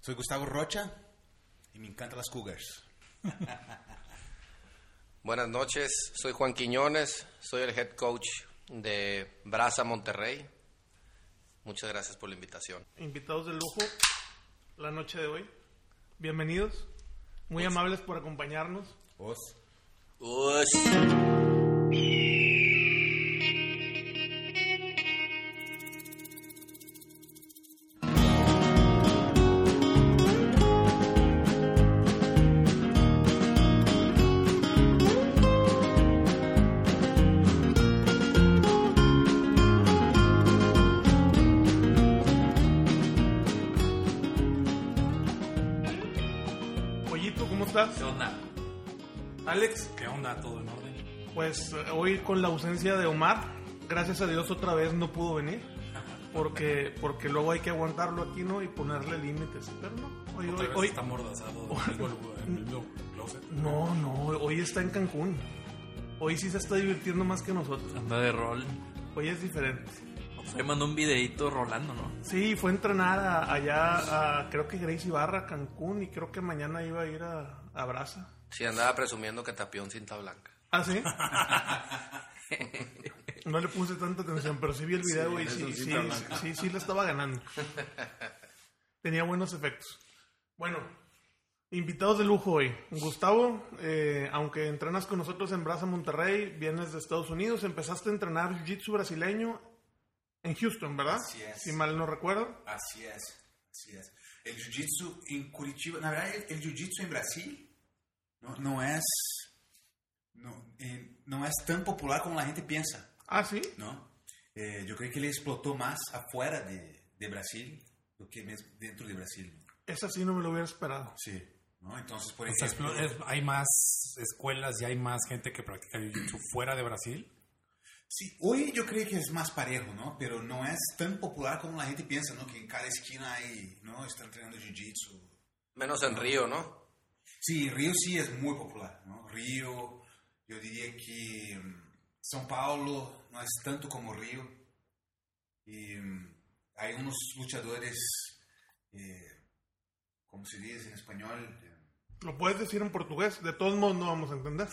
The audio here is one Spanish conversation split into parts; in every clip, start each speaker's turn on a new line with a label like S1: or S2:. S1: Soy Gustavo Rocha y me encantan las Cougars.
S2: Buenas noches, soy Juan Quiñones, soy el head coach de Brasa Monterrey. Muchas gracias por la invitación.
S3: Invitados de lujo la noche de hoy. Bienvenidos. Muy amables por acompañarnos.
S1: Os.
S3: Pollito, ¿cómo estás?
S4: ¿Qué onda?
S3: Alex,
S4: ¿Qué onda? ¿Todo en orden?
S3: pues eh, hoy con la ausencia de Omar, gracias a Dios otra vez no pudo venir. Porque, porque luego hay que aguantarlo aquí, ¿no? Y ponerle límites. Pero no, hoy,
S4: Otra
S3: hoy,
S4: vez
S3: hoy-
S4: está mordazado en el mismo- en el mismo closet.
S3: No, no, hoy está en Cancún. Hoy sí se está divirtiendo más que nosotros.
S4: Anda de rol.
S3: Hoy es diferente.
S5: Pues
S4: Se mandó un videito rolando, ¿no?
S3: Sí, fue a entrenar a- allá a, creo que Grace Ibarra, a Cancún, y creo que mañana iba a ir a, a Brasa.
S2: Si andaba presumiendo que tapión cinta blanca.
S3: ¿Ah, sí? No le puse tanta atención, pero sí vi el video y sí, sí, sí, sí, sí le estaba ganando. Tenía buenos efectos. Bueno, invitados de lujo hoy. Gustavo, eh, aunque entrenas con nosotros en Brasa Monterrey, vienes de Estados Unidos, empezaste a entrenar jiu-jitsu brasileño en Houston, ¿verdad?
S6: Así es.
S3: Si mal no recuerdo.
S6: Así es, así es. é, assim El jiu-jitsu en Curitiba, na verdade, el, el jiu-jitsu em Brasil não, não é não, eh, não é tão popular como a gente pensa,
S3: Ah, sí.
S6: não? Eh, eu creio que ele explotou mais afuera de, de Brasil do que mesmo dentro de Brasil.
S3: Esa sí no me lo hubiera esperado.
S6: Sim. Não? Então, por
S5: O sea, es-
S6: exemplo,
S5: es- hay más escuelas y hay más gente que practica jiu-jitsu fuera de Brasil.
S6: Sí, hoy yo creo que es más parejo, ¿no? Pero no es tan popular como la gente piensa, ¿no? Que en cada esquina hay, ¿no? Están entrenando jiu-jitsu.
S2: Menos en Río, ¿no?
S6: Sí, Río sí es muy popular, ¿no? Río, yo diría que mm, São Paulo no es tanto como Río. Y mm, hay unos luchadores, eh, ¿cómo se dice en español?
S3: Lo puedes decir en portugués, de todos modos no vamos a entender.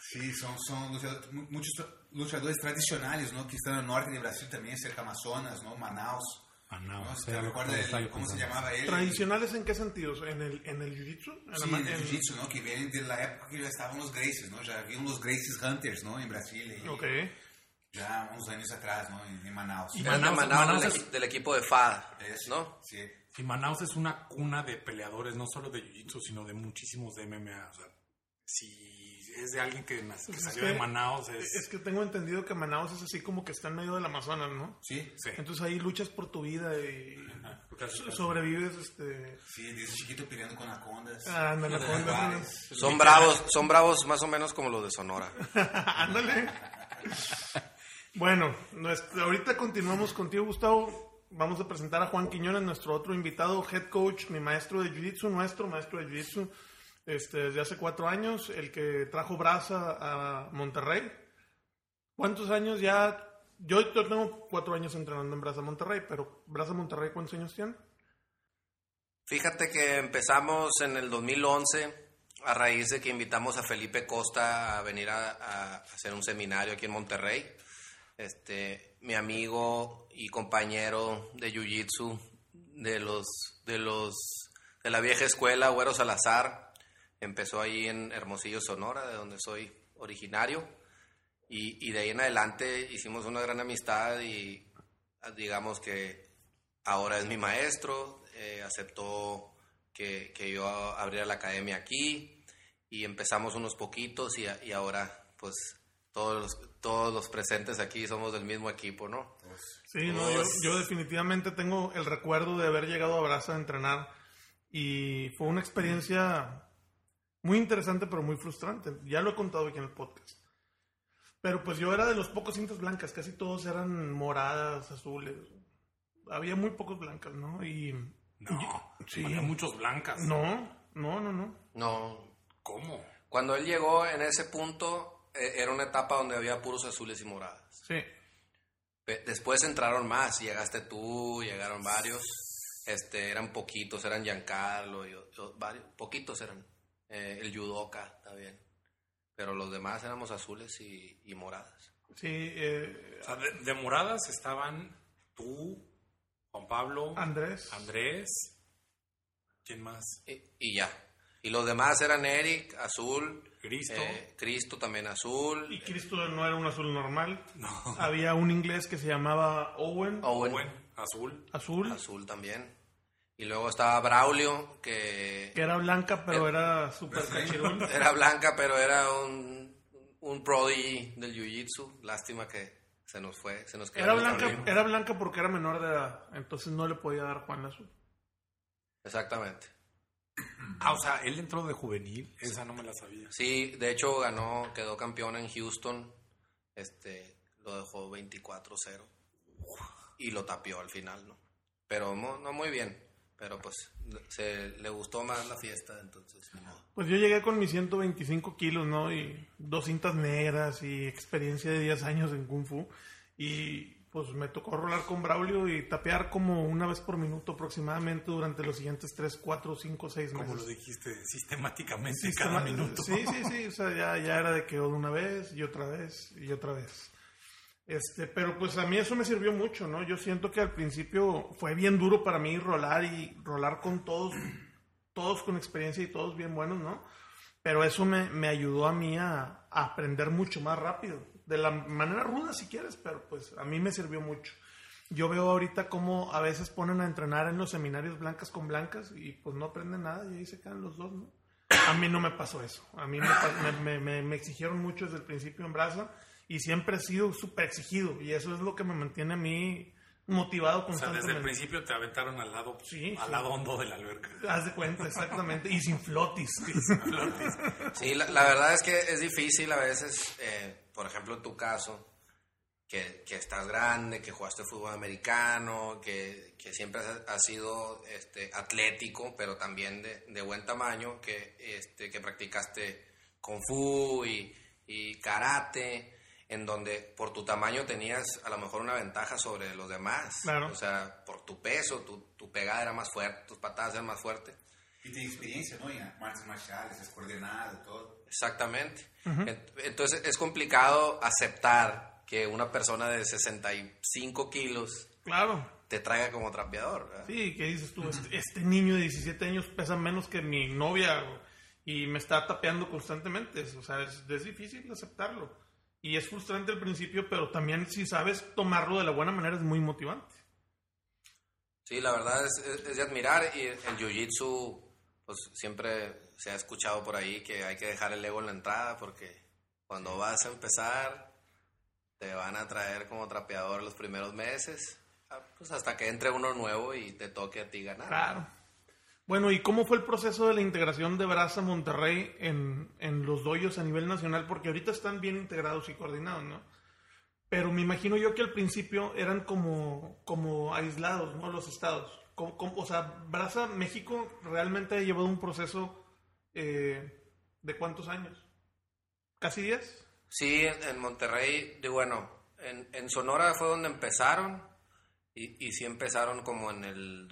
S6: Sí, son, son luchadores, mu- muchos tra- luchadores tradicionales, ¿no? Que están al norte de Brasil también, cerca de Amazonas, ¿no? Manaus.
S5: Ah, no,
S6: No,
S5: o
S6: ¿Te
S5: sea, lo
S6: acuerdas
S5: que
S6: del-
S5: estaba yo
S6: cómo se
S5: pensando.
S6: llamaba él?
S3: ¿Tradicionales en qué sentidos? ¿En el, en el jiu-jitsu? ¿En la
S6: Sí,
S3: ma-
S6: en el
S3: en-
S6: jiu-jitsu, ¿no? Que vienen de la época que ya estaban los Gracies, ¿no? Ya habían los Gracies Hunters, ¿no? En Brasil, y
S3: Ok.
S6: ya unos años atrás, ¿no? En, en Manaus.
S5: Y
S2: Es de
S5: Manaus-
S2: Manaus
S5: Manaus
S2: del,
S5: es-
S2: equi- del equipo de Fada,
S6: Es,
S2: ¿no?
S6: Sí.
S5: Y Manaus es una cuna de peleadores, no solo de jiu-jitsu, sino de muchísimos de MMA. O sea, si es de alguien que, nace- que
S3: Pues es
S5: salió
S3: que-
S5: de Manaus, es...
S3: Es que tengo entendido que Manaus es así como que está en medio del Amazonas, ¿no?
S6: Sí,
S5: sí.
S3: Entonces ahí luchas por tu vida y so- sobrevives, este...
S6: sí, desde chiquito peleando con anacondas.
S3: ah, Ándale,
S6: con
S3: ándale,
S6: jaguares.
S2: Son bravos, son bravos más o menos como los de Sonora.
S3: ándale. Ándale. Bueno, nuestra- ahorita continuamos contigo, Gustavo. Vamos a presentar a Juan Quiñones, nuestro otro invitado, head coach, mi maestro de Jiu-Jitsu, nuestro maestro de Jiu-Jitsu, este, desde hace cuatro años, el que trajo brasa a Monterrey. ¿Cuántos años ya? Yo, yo tengo cuatro años entrenando en Brasa Monterrey, pero Brasa Monterrey, ¿cuántos años tiene?
S2: Fíjate que empezamos en el 2011 a raíz de que invitamos a Felipe Costa a venir a, a hacer un seminario aquí en Monterrey. Este, mi amigo y compañero de Jiu-Jitsu de los de los de la vieja escuela, Güero Salazar, empezó ahí en Hermosillo, Sonora, de donde soy originario. Y, y de ahí en adelante hicimos una gran amistad y ah, digamos que ahora es mi maestro, eh, aceptó que, que yo a- abriera la academia aquí y empezamos unos poquitos y, a- y ahora pues todos los, todos los presentes aquí somos del mismo equipo, ¿no?
S3: Sí, no, yo, yo definitivamente tengo el recuerdo de haber llegado a Brasa a entrenar y fue una experiencia muy interesante pero muy frustrante. Ya lo he contado aquí en el podcast. Pero pues yo era de los pocos cintas blancas, casi todos eran moradas, azules. Había muy pocos blancas, ¿no? Y
S5: No,
S3: Sí.
S5: había muchos blancas.
S3: no, no, no, no.
S2: No.
S5: ¿Cómo?
S2: Cuando él llegó en ese punto eh, era una etapa donde había puros azules y moradas.
S3: Sí.
S2: Pe- Después entraron más, llegaste tú, llegaron varios. Este, eran poquitos, eran Giancarlo, y o- o- varios, poquitos eran. Eh, el Yudoka también. Pero los demás éramos azules y, y moradas.
S3: Sí, eh,
S5: O sea, de, de moradas estaban tú, Juan Pablo,
S3: Andrés.
S5: Andrés, ¿quién más?
S2: Y, y ya. Y los demás eran Eric, azul.
S5: Cristo.
S2: eh, Cristo también azul.
S3: Y Cristo no era un azul normal.
S5: No. Oh.
S3: Había un inglés que se llamaba Owen.
S2: Owen,
S5: Owen, azul.
S3: Azul,
S2: azul también. Y luego estaba Braulio, que
S3: que era blanca, pero era súper cachirón.
S2: Era blanca, pero era un, un prodigy del jiu-jitsu. Lástima que se nos fue, se nos quedó.
S3: Era
S2: en el
S3: blanca,
S2: camino.
S3: era blanca porque era menor de edad. Entonces no le podía dar Juan la azul.
S2: Exactamente.
S5: Ah, o sea, él entró de juvenil. Esa no me la sabía.
S2: Sí, de hecho ganó, quedó campeón en Houston. Este, lo dejó 24-0. Y lo tapió al final, ¿no? Pero mo- no muy bien. Pero pues se, le gustó más la fiesta, entonces. ni modo.
S3: Pues yo llegué con mis 125 kilos, ¿no? Y dos cintas negras y experiencia de 10 años en Kung Fu. Y pues me tocó rolar con Braulio y tapear como una vez por minuto aproximadamente durante los siguientes 3, 4, 5, 6 meses.
S5: Como lo dijiste, sistemáticamente
S3: Sistema-
S5: cada minuto.
S3: Sí, sí, sí. O sea, ya, ya era de que de una vez y otra vez y otra vez. Este, pero pues a mí eso me sirvió mucho, ¿no? Yo siento que al principio fue bien duro para mí rolar y rolar con todos, todos con experiencia y todos bien buenos, ¿no? Pero eso me, me ayudó a mí a, a aprender mucho más rápido, de la manera ruda si quieres, pero pues a mí me sirvió mucho. Yo veo ahorita cómo a veces ponen a entrenar en los seminarios blancas con blancas y pues no aprenden nada y ahí se quedan los dos, ¿no? A mí no me pasó eso. A mí me, pa- me- me- me- me exigieron mucho desde el principio en Braza y siempre he sido súper exigido y eso es lo que me mantiene a mí motivado
S5: O sea, desde
S3: constantemente.
S5: el principio te aventaron al lado,
S3: Sí,
S5: al
S3: sí.
S5: lado hondo de la alberca.
S3: Haz de cuenta, exactamente. y sin flotis.
S2: Sí, la, la verdad es que es difícil a veces, eh, por ejemplo, en tu caso, que, que estás grande, que jugaste fútbol americano, que, que siempre has, has sido este, atlético, pero también de, de buen tamaño, que, este, que practicaste kung fu y, y karate, en donde por tu tamaño tenías a lo mejor una ventaja sobre los demás.
S3: Claro.
S2: O sea, por tu peso, tu, tu pegada era más fuerte, tus patadas eran más fuertes.
S6: Y tiene experiencia, ¿no? En artes marciales, es coordenado, todo.
S2: Exactamente. Ent- Entonces es complicado aceptar que una persona de 65 kilos
S3: claro.
S2: te traiga como trapeador. ¿verdad?
S3: Sí, que dices tú, este, este niño de 17 años pesa menos que mi novia güey, y me está tapeando constantemente. O sea, es, es difícil aceptarlo. Y es frustrante al principio, pero también si sabes tomarlo de la buena manera es muy motivante.
S2: Sí, la verdad es, es- es de admirar y el jiu-jitsu, pues siempre se ha escuchado por ahí que hay que dejar el ego en la entrada porque cuando vas a empezar te van a traer como trapeador los primeros meses, ah, pues hasta que entre uno nuevo y te toque a ti ganar.
S3: Claro. Bueno, ¿y cómo fue el proceso de la integración de Braza Monterrey en, en los doyos a nivel nacional? Porque ahorita están bien integrados y coordinados, ¿no? Pero me imagino yo que al principio eran como, como aislados, ¿no? Los estados. Como- como- o sea, Braza México realmente ha llevado un proceso eh, de cuántos años? ¿Casi 10?
S2: Sí, en, en Monterrey, de, bueno, en, en Sonora fue donde empezaron y, y sí empezaron como en el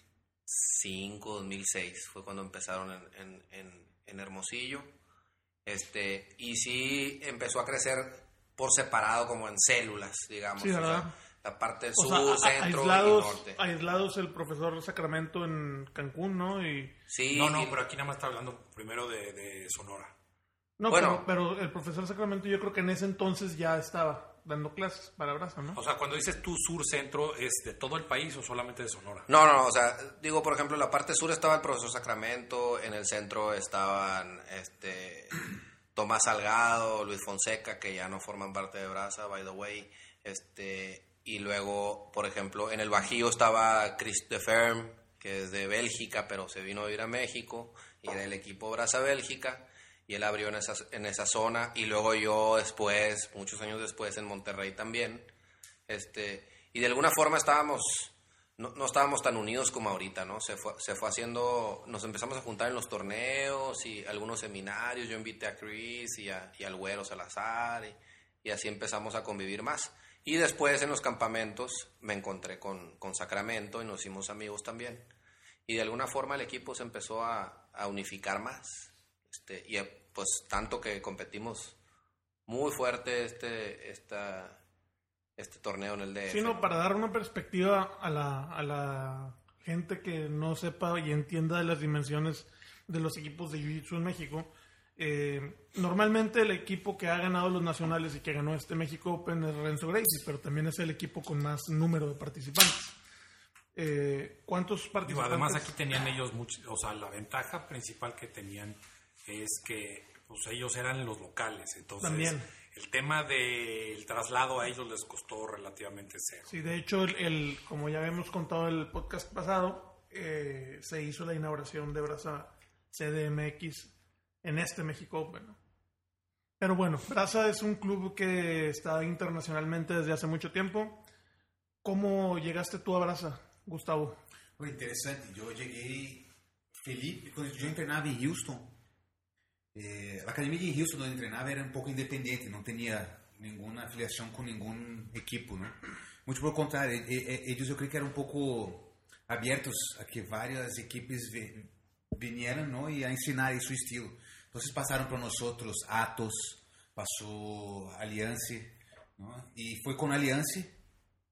S2: 2005, 2006, fue cuando empezaron en, en- en- en Hermosillo. Este, y sí empezó a crecer por separado, como en células, digamos.
S3: Sí,
S2: o sea,
S3: ¿verdad?
S2: la parte
S3: O
S2: sur,
S3: sea, a- a-
S2: centro y
S3: aislados,
S2: norte.
S3: aislados el profesor Sacramento en Cancún, ¿no? Y,
S2: Sí,
S5: No, no,
S2: y-
S5: pero aquí nada más está hablando primero de, de Sonora.
S3: No,
S2: Bueno.
S3: pero, pero el profesor Sacramento yo creo que en ese entonces ya estaba dando clases para Braza, ¿no?
S5: O sea, cuando dices tú sur-centro, ¿es de todo el país o solamente de Sonora?
S2: No, no, o sea, digo, por ejemplo, en la parte sur estaba el profesor Sacramento, en el centro estaban este Tomás Salgado, Luis Fonseca, que ya no forman parte de Brasa, by the way, este, y luego, por ejemplo, en el Bajío estaba Chris de Ferm, que es de Bélgica, pero se vino a vivir a México, y era el equipo Brasa Bélgica, y él abrió en esa, en esa zona, y luego yo después, muchos años después, en Monterrey también, este, y de alguna forma estábamos, no, no estábamos tan unidos como ahorita, ¿no? Se fue, se fue haciendo, nos empezamos a juntar en los torneos y algunos seminarios, yo invité a Chris y, a, y al Güero Salazar, y, y así empezamos a convivir más. Y después en los campamentos me encontré con, con Sacramento y nos hicimos amigos también. Y de alguna forma el equipo se empezó a, a unificar más. Este, y eh, pues tanto que competimos muy fuerte este, esta, este torneo en el DF.
S3: Sino para dar una perspectiva a la, a la gente que no sepa y entienda de las dimensiones de los equipos de Jiu-Jitsu en México, eh, normalmente el equipo que ha ganado los nacionales y que ganó este México Open es Renzo Gracie, pero también es el equipo con más número de participantes. Eh, ¿Cuántos
S5: Digo,
S3: participantes?
S5: además aquí tenían ellos mucho, o sea, la ventaja principal que tenían es que pues, ellos eran los locales, entonces
S3: También.
S5: el tema del traslado a ellos les costó relativamente cero.
S3: Sí, de hecho, el, el- como ya habíamos contado el podcast pasado, eh, se hizo la inauguración de Brasa CDMX en este México Open. ¿no? Pero bueno, Brasa es un club que está internacionalmente desde hace mucho tiempo. ¿Cómo llegaste tú a Brasa, Gustavo?
S6: Foi interessante. Eu cheguei Felipe, quando eu treinava em Houston, eh, a academia de Houston onde eu treinava era um pouco independente, não tinha nenhuma afiliação com nenhum equipo, né? Muito pelo contrário, e- e- eles eu creio que eram um pouco abertos a que várias equipes vi- vieram não, e a ensinar esse estilo. Então, vocês passaram para nós outros Atos, passou Aliança, não? é? e foi com Aliança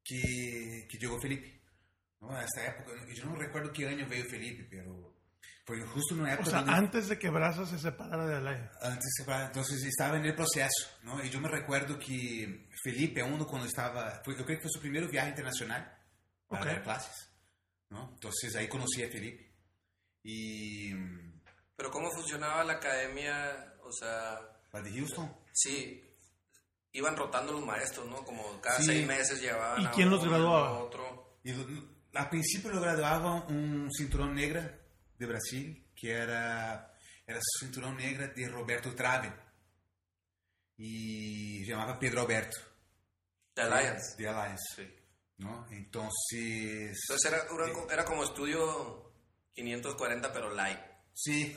S6: que que chegou Felipe. No, a esta época, yo no recuerdo qué año veio Felipe, pero fue justo en una
S3: O
S6: época
S3: sea,
S6: donde-
S3: antes de que Brasa se separara de Alaya.
S6: antes se va, entonces estaba en el proceso, ¿no? Y yo me recuerdo que Felipe, uno cuando estaba, fue- yo creo que fue su primer viaje internacional para
S3: Ok.
S6: dar clases, ¿no? Entonces ahí conocí a Felipe. Y mm,
S2: Pero ¿cómo funcionaba la academia? O sea,
S6: la de Houston.
S2: sí, iban rotando los maestros, ¿no? Como cada
S6: Sí.
S2: seis meses llevaban
S3: ¿Y
S2: a
S3: quién los
S2: uno,
S3: graduaba?
S2: a otro.
S6: Y lo- a principio lo graduaba un cinturón negra de Brasil, que era, era cinturón negra de Roberto Trave. Y se llamaba Pedro Alberto.
S2: The Alliance.
S6: De Alliance.
S2: Sí.
S6: ¿no? Entonces.
S2: Entonces era, era co- era como estudio 540, pero light.
S6: Sí.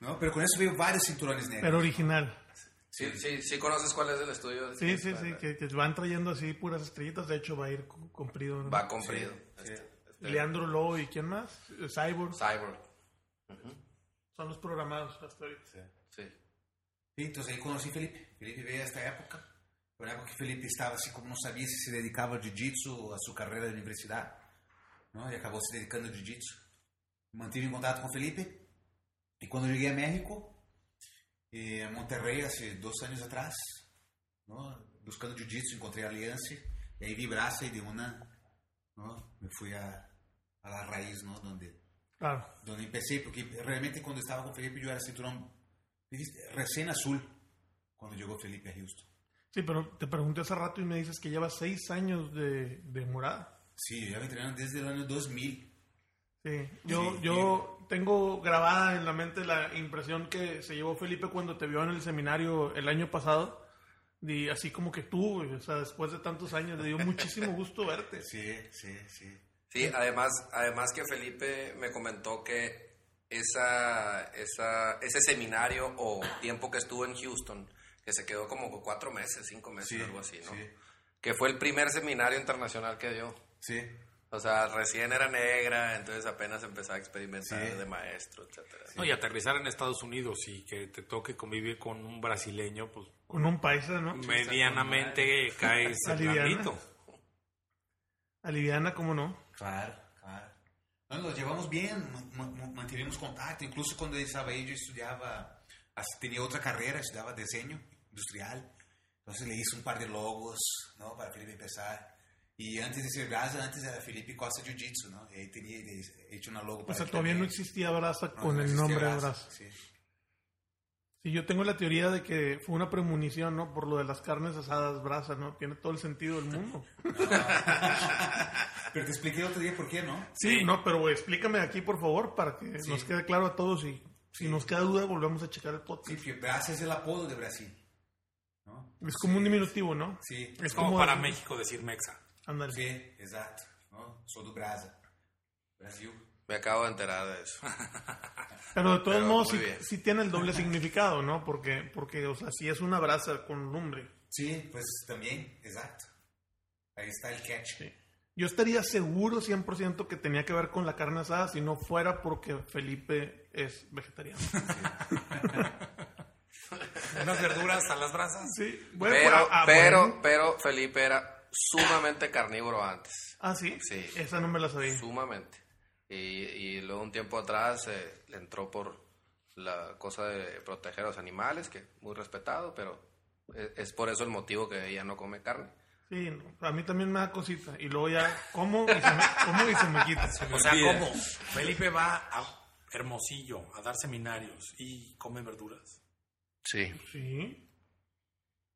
S6: ¿No? Pero con eso veo varios cinturones negros.
S3: Pero original.
S2: Sí, sí, sí conoces cuál es el estudio.
S3: Sí, sí, sí, que, que van trayendo así puras estrellitas. De hecho, va a ir cu- cumplido. ¿no?
S2: Va Este, comprido.
S3: Leandro Lowe y quién más? Cyborg.
S2: Cyborg.
S3: Son los programados hasta ahorita.
S2: Sí.
S6: Sí, entonces ahí conocí a Felipe. Felipe veio a esta época. Foi na época que Felipe estava assim, como não sabia se se dedicava ao jiu-jitsu, a sua carreira na universidade. Não? E acabou se dedicando ao jiu-jitsu. Mantive em contato com o Felipe. E quando eu cheguei a México, eh, a Monterrey, há dois anos atrás, não? buscando jiu-jitsu, encontrei a Aliança. E aí vi Braça e de uma, não? eu fui a, a la raiz, não? onde
S3: Claro.
S6: donde empecé, porque realmente cuando estaba con Felipe yo era cinturón dijiste, recién azul cuando llegó Felipe a Houston.
S3: Sí, pero te pregunté hace rato y me dices que llevas seis años de, de morada.
S6: Sí, yo ya me entrenaron desde el año 2000.
S3: Sí. Yo,
S6: Sí,
S3: yo tengo grabada en la mente la impresión que se llevó Felipe cuando te vio en el seminario el año pasado. Y así como que tú, güey, o sea, después de tantos años, le dio muchísimo gusto verte.
S6: Sí, sí, sí.
S2: Sí, además, además que Felipe me comentó que esa, esa, ese seminario o tiempo que estuvo en Houston, que se quedó como cuatro meses, cinco meses,
S6: Sí,
S2: algo así, ¿no?
S6: sí.
S2: Que fue el primer seminario internacional que dio.
S6: Sí,
S2: O sea, recién era negra, entonces apenas empezaba a experimentar
S6: Sí.
S2: de maestro, etcétera.
S5: No, y aterrizar en Estados Unidos y que te toque convivir con un brasileño, pues
S3: Con un paisa,
S5: Ah,
S3: ¿no?
S5: medianamente caes
S3: La liviana.
S5: blandito.
S3: Aliviana, ¿cómo no?
S6: claro, claro. No, nos llevamos bien, ma- ma- ma- mantivimos contacto. Incluso cuando él estaba ahí yo estudiaba, as- tenía otra carrera, estudiaba diseño industrial. Entonces le hice un par de logos ¿no? para Felipe empezar. Y antes de ser Brasa, antes era Felipe Costa Jiu-Jitsu, ¿no? Y ahí tenía hecho una logo
S3: O sea,
S6: él
S3: todavía no
S6: también.
S3: existía Brasa
S6: No,
S3: con
S6: no
S3: el
S6: existía
S3: nombre de
S6: brazo,
S3: Brasa.
S6: sí.
S3: Sí, yo tengo la teoría de que fue una premonición, ¿no? Por lo de las carnes asadas Brasa, ¿no? Tiene todo el sentido del mundo.
S6: Pero te expliqué otro día por qué, ¿no?
S3: Sí, no, pero güey, explícame aquí, por favor, para que nos quede claro a todos y si nos queda duda, volvemos a checar el podcast.
S6: Sí, porque Brasil es el apodo de Brasil. ¿no?
S3: es como un diminutivo, ¿no?
S6: Sí,
S3: Es
S5: Como para México decir mexa.
S3: Ándale.
S6: sí, exacto. ¿no? Soy do Brasa. Brasil.
S2: Me acabo de enterar de eso.
S3: Pero de todos
S2: Pero
S3: modos,
S2: muy
S3: sí,
S2: bien.
S3: sí tiene el doble significado, ¿no? Porque, porque, o sea, sí es una brasa con lumbre.
S6: Sí, pues también, exacto. Ahí está el catch.
S3: Sí. Yo estaría seguro 100% que tenía que ver con la carne asada si no fuera porque Felipe es vegetariano.
S5: Unas É verduras a las brasas.
S3: Sí, bueno,
S2: Pero,
S3: ah,
S2: pero,
S3: bueno.
S2: pero Felipe era sumamente carnívoro antes.
S3: Ah, sí.
S2: Sí.
S3: Esa no me la sabía.
S2: Sumamente. Y, y luego un tiempo atrás eh, le entró por la cosa de proteger a los animales, que muy respetado, pero es, es por eso el motivo que ella no come carne.
S3: Sí, no, a mí también me da cosita. Y luego ya como y se me, como y se me quita.
S5: O sea,
S4: Olvida.
S5: ¿cómo? Felipe va a Hermosillo a dar seminarios y come verduras.
S2: Sí,
S3: Sí.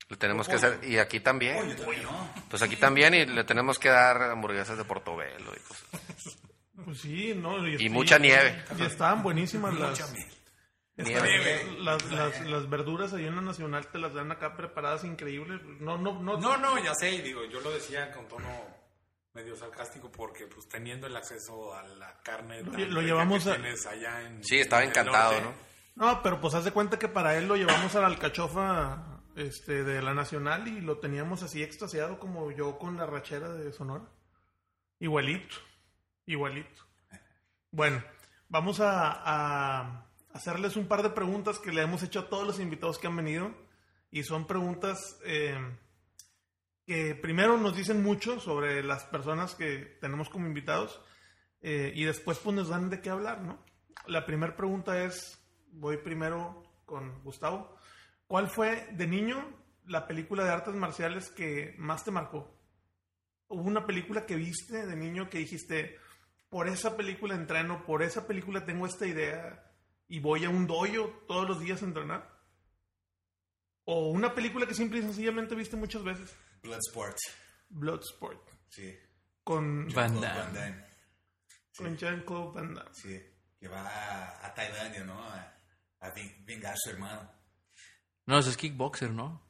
S2: le tenemos que hacer. Y aquí también.
S6: Oye, también, ¿no?
S2: Pues aquí también y le tenemos que dar hamburguesas de portobelo y cosas.
S3: Pues sí, no.
S2: Y mucha nieve.
S3: Y estaban buenísimas las,
S5: Mucha miel.
S3: estas-
S2: Nieve.
S3: las, las, las verduras ahí en la Nacional te las dan acá preparadas increíbles. No, no, no.
S5: No, no, ya sé, y digo, yo lo decía con tono medio sarcástico porque pues teniendo el acceso a la carne
S3: Lo
S5: tan
S3: lle- lo
S5: rica
S3: llevamos
S5: que
S3: a-
S5: tienes allá en
S2: Sí, estaba
S5: en el
S2: encantado,
S5: norte.
S2: ¿no?
S3: No, pero pues haz de cuenta que para él lo llevamos a la alcachofa este, de la Nacional y lo teníamos así extasiado como yo con la rachera de Sonora. Igualito, igualito. Bueno, vamos a, a hacerles un par de preguntas que le hemos hecho a todos los invitados que han venido y son preguntas eh, que primero nos dicen mucho sobre las personas que tenemos como invitados eh, y después pues nos dan de qué hablar, ¿no? La primera pregunta es, voy primero con Gustavo, ¿cuál fue de niño la película de artes marciales que más te marcó? ¿Hubo una película que viste de niño que dijiste, por esa película entreno, por esa película tengo esta idea y voy a un dojo todos los días a entrenar? ¿O una película que simple y sencillamente viste muchas veces?
S6: Bloodsport.
S3: Bloodsport,
S6: Sí.
S3: con,
S4: Van
S6: Con
S4: Damme.
S6: Damme,
S3: con Jean-Claude Van Damme.
S6: Sí. Que va a, a Tailandia, ¿no? A, a vin- vingar a su hermano.
S4: No, ese es kickboxer, ¿no?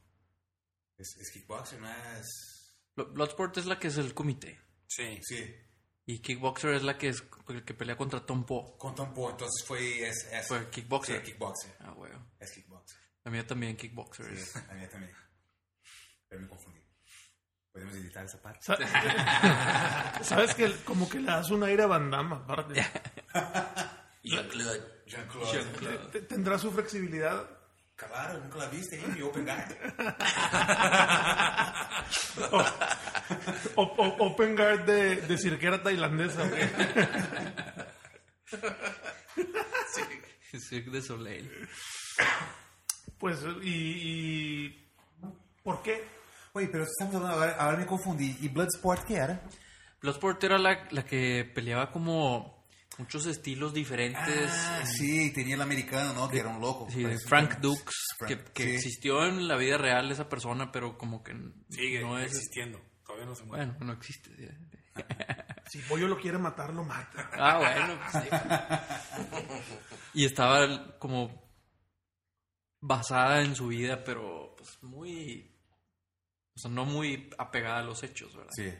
S6: Es, es kickboxer, ¿no? Es...
S4: Bl- Bloodsport es la que es el comité.
S5: Sí.
S6: Sí.
S4: Y kickboxer es la que es el que pelea contra Tom Po.
S6: Con Tampo. Entonces fue... Es, es-
S4: Fue kickboxer.
S6: Sí, kickboxer.
S4: Ah, weón.
S6: Es kickboxer.
S4: La mía también kickboxer
S6: Sí,
S4: es.
S6: la mía también. Pero me confundí. ¿Podemos editar esa parte?
S3: Sa- Sabes que como que le das un aire a Bandama, aparte.
S6: Jean-Claude.
S3: Te- Tendrá su flexibilidad.
S6: Claro, nunca la viste, ¿eh? Mi Open Guy.
S3: O- o- open guard de, de cirquera tailandesa. güey.
S4: Cirque de Soleil.
S3: Pues, y, y- ¿Por qué?
S6: Oye, pero estamos hablando ahora, ahora me confundí. ¿Y Bloodsport qué era?
S4: Bloodsport era la, la que peleaba como muchos estilos diferentes.
S6: Ah, sí, tenía el americano, ¿no? Que era un loco.
S4: Sí, de
S6: parece un
S4: Frank
S6: cómic.
S4: Dukes,
S6: Frank,
S4: que, que
S6: sí.
S4: existió en la vida real esa persona, pero como que
S5: Sigue
S4: no es...
S5: existiendo. Todavía no se muere.
S4: Bueno, no existe.
S3: Si Pollo lo quiere matar, lo mata.
S4: Ah, bueno, pues sí. Y estaba el- como basada en su vida, pero pues muy... O sea, no muy apegada a los hechos, ¿verdad?
S6: Sí,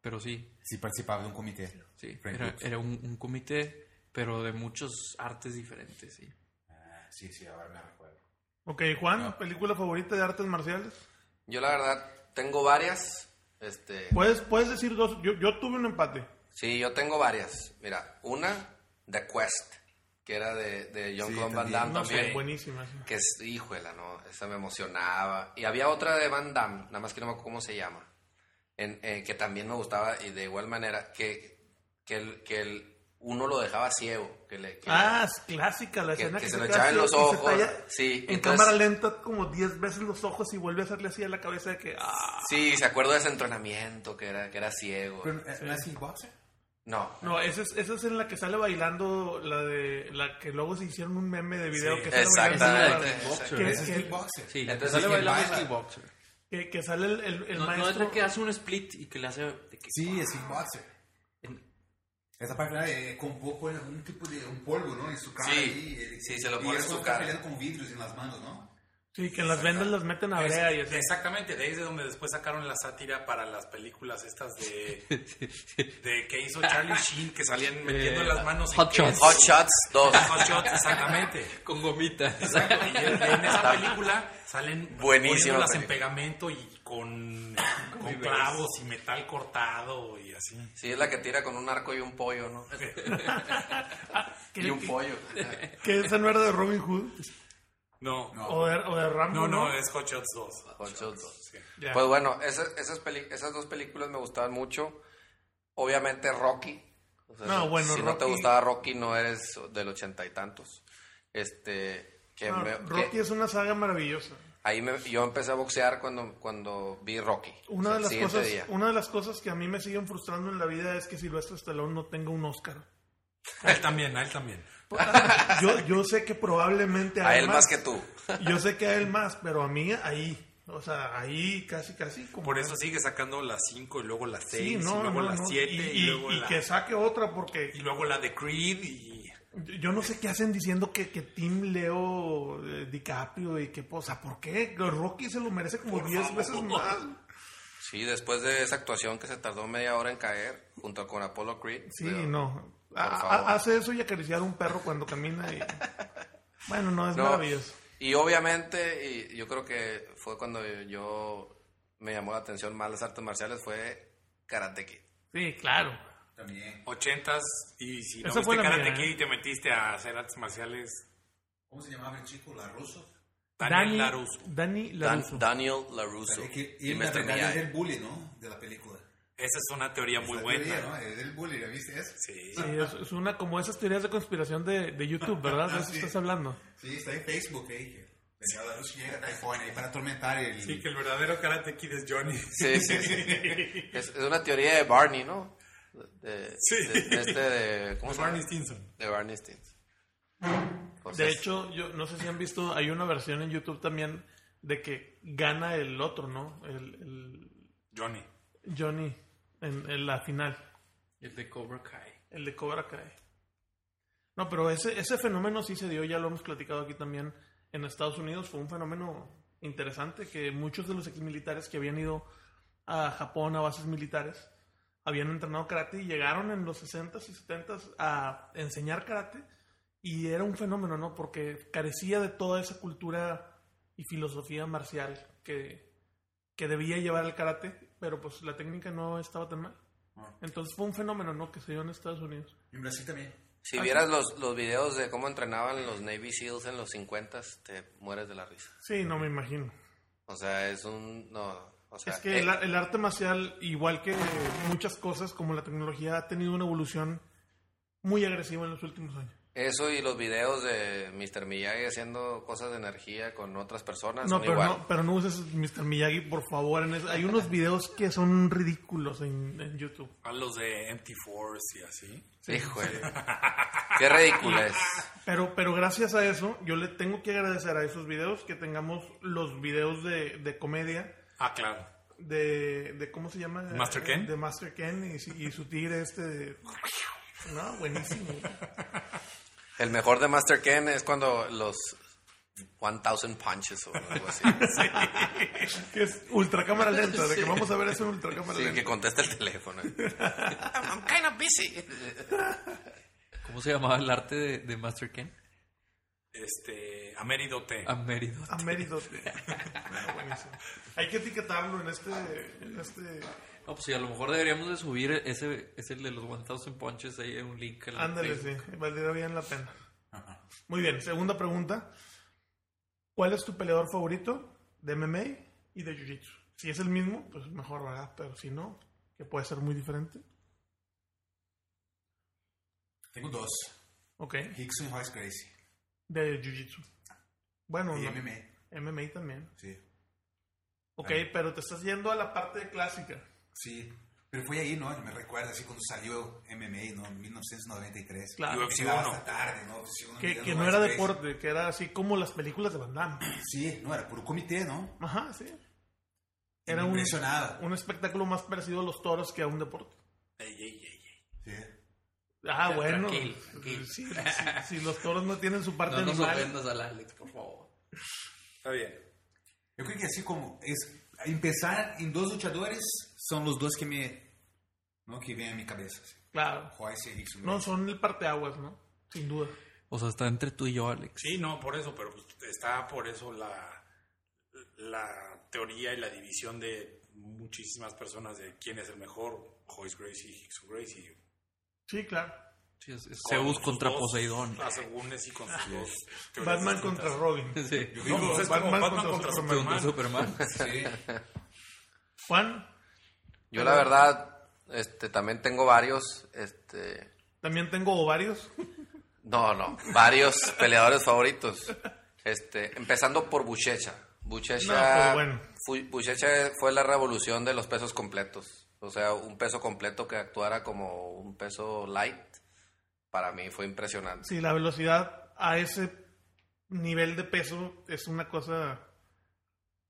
S4: Pero sí,
S6: sí participaba de um un comité.
S4: sí.
S6: Frank
S4: Era,
S6: Dukes.
S4: era un, un comité, pero de muchas artes diferentes, sí.
S6: Ah, sí, sí, ahora me recuerdo.
S3: Ok, Juan, película favorita de artes marciales.
S2: Yo la verdad tengo varias. Este,
S3: Puedes, puedes decir dos. Yo, yo tuve un empate.
S2: sí, yo tengo varias. Mira, una, The Quest, que era de, de John
S6: Sí,
S2: Claude Van
S6: también.
S2: Damme
S3: No sé,
S2: Ah, también.
S3: buenísima. sí.
S2: que es, híjole, ¿no? Esa me emocionaba. Y había otra de Van Damme, nada más que no me acuerdo cómo se llama, en- eh, que también me gustaba y de igual manera que, que, el, que el, uno lo dejaba ciego, que le... que-
S3: Ah, es clásica la
S2: Que-
S3: escena
S2: que
S3: que,
S2: se lo
S3: queda
S2: echaba en
S3: así
S2: los
S3: y se
S2: ojos,
S3: talla
S2: sí,
S3: En
S2: entonces-
S3: cámara lenta, como 10 veces los ojos y vuelve a hacerle así a la cabeza de que. Ah,
S2: Sí, se acuerda de ese entrenamiento, que era, que era ciego.
S6: Pero, eh, ¿No es kickboxer?
S2: No.
S3: No, esa es, esa es en la que sale bailando la de la que luego se hicieron un meme de video que sale bailando
S2: Exactamente.
S3: la-
S2: exactamente.
S3: ¿Qué?
S6: Ese es É, kickboxer.
S4: Sí,
S2: Entonces,
S4: entonces le
S2: ¿quién
S4: bailamos
S6: baila?
S4: kickboxer.
S3: que, que sale el, el- el
S4: No, no es
S3: maestro.
S4: la que hace un split y que le hace... de que-
S6: Sí, es é assim, kickboxer.
S4: En-
S6: Esa parte era eh, con poco era un tipo de un polvo, ¿no? En su cara.
S2: Sí,
S6: ahí,
S2: sí, se lo
S6: y
S2: pone en
S6: eso
S2: su
S6: está
S2: cara.
S6: peleando con vidrios en las manos, ¿no?
S3: Sí, que en las vendas las meten a brea y
S5: Es-
S3: así.
S5: Exactamente, de ahí es de donde después sacaron la sátira para las películas estas de, de que hizo Charlie Sheen, que salían metiendo las manos en
S4: Hot
S5: queso.
S4: Shots.
S2: Eh, Hot Shots 2.
S5: Hot Shots, exactamente.
S4: Con gomitas.
S5: Exacto, y en en esa película salen
S2: Buenísima
S5: poniéndolas en
S2: película.
S5: pegamento y con, con clavos y metal cortado y así.
S2: Sí, es la que tira con un arco y un pollo, ¿no?
S3: Que,
S2: Y un pollo.
S3: que esa no era de Robin Hood
S5: No, no,
S3: o de, o de Rambo.
S5: no,
S3: No,
S5: es Hot Shots 2.
S2: Hot Shots 2.
S5: Sí.
S3: Ya.
S2: Pues bueno, esas, esas, peli- esas dos películas me gustaban mucho. Obviamente Rocky. O sea,
S3: No, bueno,
S2: si no te
S3: Rocky-
S2: gustaba Rocky, no eres del ochenta y tantos. Este, que
S3: No,
S2: me-
S3: Ah, Rocky
S2: que
S3: es una saga maravillosa.
S2: ahí me- yo empecé a boxear cuando, cuando vi Rocky. O sea,
S3: Una de,
S2: el
S3: las
S2: siguiente
S3: cosas,
S2: día.
S3: una de las cosas que a mí me siguen frustrando en la vida es que Silvestre Stallone no tenga un Oscar.
S5: A él también, a él también.
S3: Yo, yo sé que probablemente
S2: A él más que tú.
S3: Yo sé que a él más, pero a mí ahí. O sea, ahí casi, casi. Como
S5: Por eso sigue sacando las 5 y luego las 6
S3: Sí, no,
S5: y
S3: no,
S5: luego las
S3: no.
S5: 7
S3: Y,
S5: y,
S3: y-
S5: luego
S3: y
S5: la...
S3: que saque otra porque
S5: Y luego la de Creed y...
S3: yo no sé qué hacen diciendo que, que Tim Leo eh, DiCaprio y que, o sea, ¿por qué? Rocky se lo merece como
S5: Por
S3: 10
S5: favor.
S3: veces más.
S2: Sí, después de esa actuación que se tardó media hora en caer, junto con Apollo Creed.
S3: Sí,
S2: pero-
S3: no.
S2: Por
S3: Ha-
S2: favor.
S3: ha- hace eso y acariciar a un perro cuando camina y... Bueno, no, es
S2: No,
S3: maravilloso.
S2: Y obviamente, y yo creo que fue cuando yo me llamó la atención más las artes marciales, fue Karate Kid.
S3: Sí, claro.
S6: También.
S5: 80s y si no
S3: Esa fue
S5: viste
S3: la
S5: Karate
S3: mía,
S5: Kid
S3: ¿eh?
S5: y te metiste a hacer artes marciales,
S6: ¿Cómo se tipo llamaba el chico? ¿La ruso?
S5: Daniel Larusso.
S3: Dani
S2: Dan-
S3: Laruso.
S2: Daniel LaRusso.
S6: Sabía É que
S2: Y
S6: él,
S2: me
S6: la verdad,
S2: extrañaba.
S6: es el é bully, ¿no? De la película.
S5: Esa es una teoría muy
S6: La
S5: buena.
S6: teoría,
S5: ¿no?
S6: ¿no? Es el bully, ¿la viste eso?
S5: Sí.
S3: Sí, es, es una como esas teorías de conspiración de, de YouTube, ¿verdad?
S5: Ah,
S3: De eso
S6: Sí.
S3: estás hablando.
S6: Sí, está en Facebook ahí. Que venía la luz llega, ahí pone, ahí para atormentar el...
S5: Sí, que el verdadero Karate Kid es Johnny.
S2: Sí, sí, sí. Es, es una teoría de Barney, ¿no? De,
S5: Sí.
S2: de- de este de... ¿Cómo se llama?
S5: Barney Stinson.
S2: De Barney Stinson. Pues
S3: De
S2: es-
S3: hecho, yo no sé si han visto, hay una versión en YouTube también de que gana el otro, ¿no? El,
S5: Johnny.
S3: el Johnny en, en la final,
S4: El de Cobra Kai.
S3: el de Cobra Kai. No, pero ese, ese fenómeno sí se dio, ya lo hemos platicado aquí también en Estados Unidos, fue un fenómeno interesante que muchos de los exmilitares que habían ido a Japón a bases militares habían entrenado karate y llegaron en los 60s y 70s a enseñar karate y era un fenómeno, ¿no? Porque carecía de toda esa cultura y filosofía marcial que, que debía llevar el karate, pero pues la técnica no estaba tan mal.
S6: Ah.
S3: Entonces fue un fenómeno, ¿no? Que se dio en Estados Unidos.
S6: En Brasil también.
S2: si vieras los, los videos de cómo entrenaban los Navy SEALs en los 50, te mueres de la risa.
S3: Sí, no me imagino.
S2: O sea, es un... No, o sea,
S3: Es que el,
S2: eh,
S3: el arte marcial, igual que muchas cosas como la tecnología, ha tenido una evolución muy agresiva en los últimos años.
S2: Eso y los videos de Mr. Miyagi haciendo cosas de energía con otras personas
S3: No
S2: Ah, son
S3: pero,
S2: igual.
S3: no, pero no uses Mr. Miyagi, por favor. en eso. Hay unos videos que son ridículos en, en YouTube.
S5: A los de MT4 y así.
S2: Híjole. Qué ridícula es.
S3: Pero, pero gracias a eso, yo le tengo que agradecer a esos videos que tengamos los videos de, de comedia
S5: Ah, claro.
S3: de, de cómo se llama Eh,
S5: Master Ken?
S3: de Master Ken y, su- y su tigre este de- no buenísimo
S2: El mejor de Master Ken es cuando los 1000 punches o algo así.
S3: que es ultra cámara lenta de que vamos a ver eso en ultra cámara
S2: Sí, que
S3: lenta
S2: contesta el teléfono. I'm kind of busy.
S4: ¿Cómo se llamaba el arte de, de Master Ken?
S5: Este, Amérido
S6: Eh,
S5: T.
S4: Amérido.
S3: a mérito de- Bueno, buenísimo. hay que etiquetarlo en este en este
S4: No, pues sí, a lo mejor deberíamos de subir ese, ese de los 1000 punches ahí en un link. en la
S3: ándale sí
S4: Facebook.
S3: valdría bien la pena muy bien segunda pregunta ¿cuál es tu peleador favorito de MMA y de Jiu Jitsu? si es el mismo pues mejor verdad pero si no que puede ser muy diferente
S6: Tengo dos.
S3: ok
S6: Hickson y Royce Gracie.
S3: de Jiu Jitsu bueno
S6: Y
S3: Oh, no.
S6: MMA.
S3: MMA también
S6: Sí.
S3: Ok, pero te estás yendo a la parte clásica.
S6: Sí. Pero fue ahí, ¿no? Me recuerda así cuando salió MMA, ¿no? En 1993.
S3: Claro.
S6: Que llegaba hasta tarde, ¿no? Pues, sí, uno
S3: Que,
S6: mirando
S3: que no
S6: Royce
S3: era
S6: Gracie.
S3: deporte, que era así como las películas de Van Damme.
S6: Sí, no, era puro comité, ¿no?
S3: Ajá, sí.
S6: Y me
S3: Era un,
S6: impresionaba.
S3: un espectáculo más parecido a los toros que a un deporte.
S5: Ey, ey, ey, ey.
S6: Sí.
S3: Ah, bueno.
S4: tranquilo, tranquilo.
S3: Sí, sí, sí, los toros no tienen su parte
S4: No nos
S3: animal.
S4: ofendas al Alex, por favor.
S5: Está bien.
S6: Eu creio que assim como es, empezar em dois lutadores são os dois que me não que vem à minha cabeça. Assim.
S3: Claro.
S6: Royce e Rick.
S3: No, son el parteaguas, ¿no? Sin duda.
S4: O sea, está entre tú y yo, Alex.
S5: Sí, no, por eso, pero pues, está por eso la, la teoría y la división de muchísimas personas de quién es el mejor, Joyce Gracie, Hickson Gracie.
S3: Sí, claro.
S4: Sí, es- es
S5: Con
S4: Zeus
S5: sus
S4: contra
S5: dos
S4: Poseidón.
S5: asegúnes y con sus dos teorías
S3: Batman
S5: distintas.
S3: contra Robin.
S4: Sí.
S5: No, pues es como
S3: Batman
S5: Batman,
S3: contra
S5: contra
S3: Superman.
S5: Superman.
S4: Contra Superman.
S6: Sí.
S3: Juan,
S2: Yo la verdad, este, también tengo varios, este,
S3: también tengo ovarios.
S2: no, no, varios peleadores favoritos. Este, empezando por Buchecha. Buchecha,
S3: No, pero bueno.
S2: fu- Buchecha fue la revolución de los pesos completos. O sea, un peso completo que actuara como un peso light, para mí fue impresionante.
S3: Sí, la velocidad a ese nivel de peso es una cosa...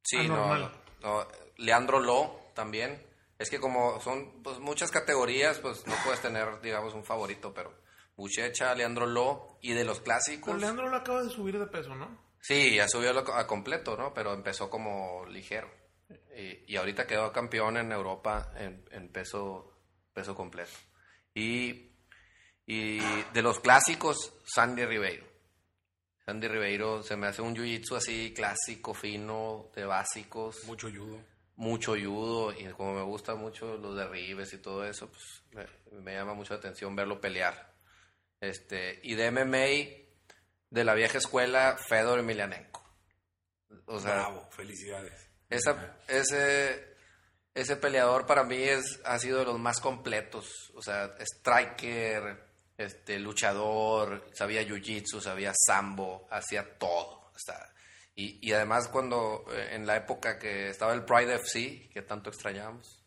S2: Sí, no,
S3: Anormal.
S2: no. Leandro Lo también. Es que como son pues, muchas categorías, pues no puedes tener, digamos, un favorito, pero Buchecha, Leandro Lo y de los
S3: Pero
S2: clásicos.
S3: Leandro lo acaba de subir de peso, ¿no?
S2: Sí, ya subió lo- a completo, ¿no? Pero empezó como ligero. Y, y ahorita quedó campeón en Europa en, en peso, peso completo. Y, y de los clásicos, Sandy Ribeiro. Sandy Ribeiro se me hace un jiu-jitsu así clásico, fino, de básicos
S5: Mucho judo.
S2: mucho judo y como me gusta mucho los derribes y todo eso, pues me, me llama mucho la atención verlo pelear. Este, y de MMA de la vieja escuela, Fedor Emelianenko. O sea,
S5: Bravo, felicidades.
S2: esa, ese, ese peleador para mí es, ha sido de los más completos. O sea, striker, este, luchador, sabía jiu-jitsu, sabía sambo, hacía todo. O sea, y, y además cuando, eh, en la época que estaba el Pride FC, que tanto extrañamos,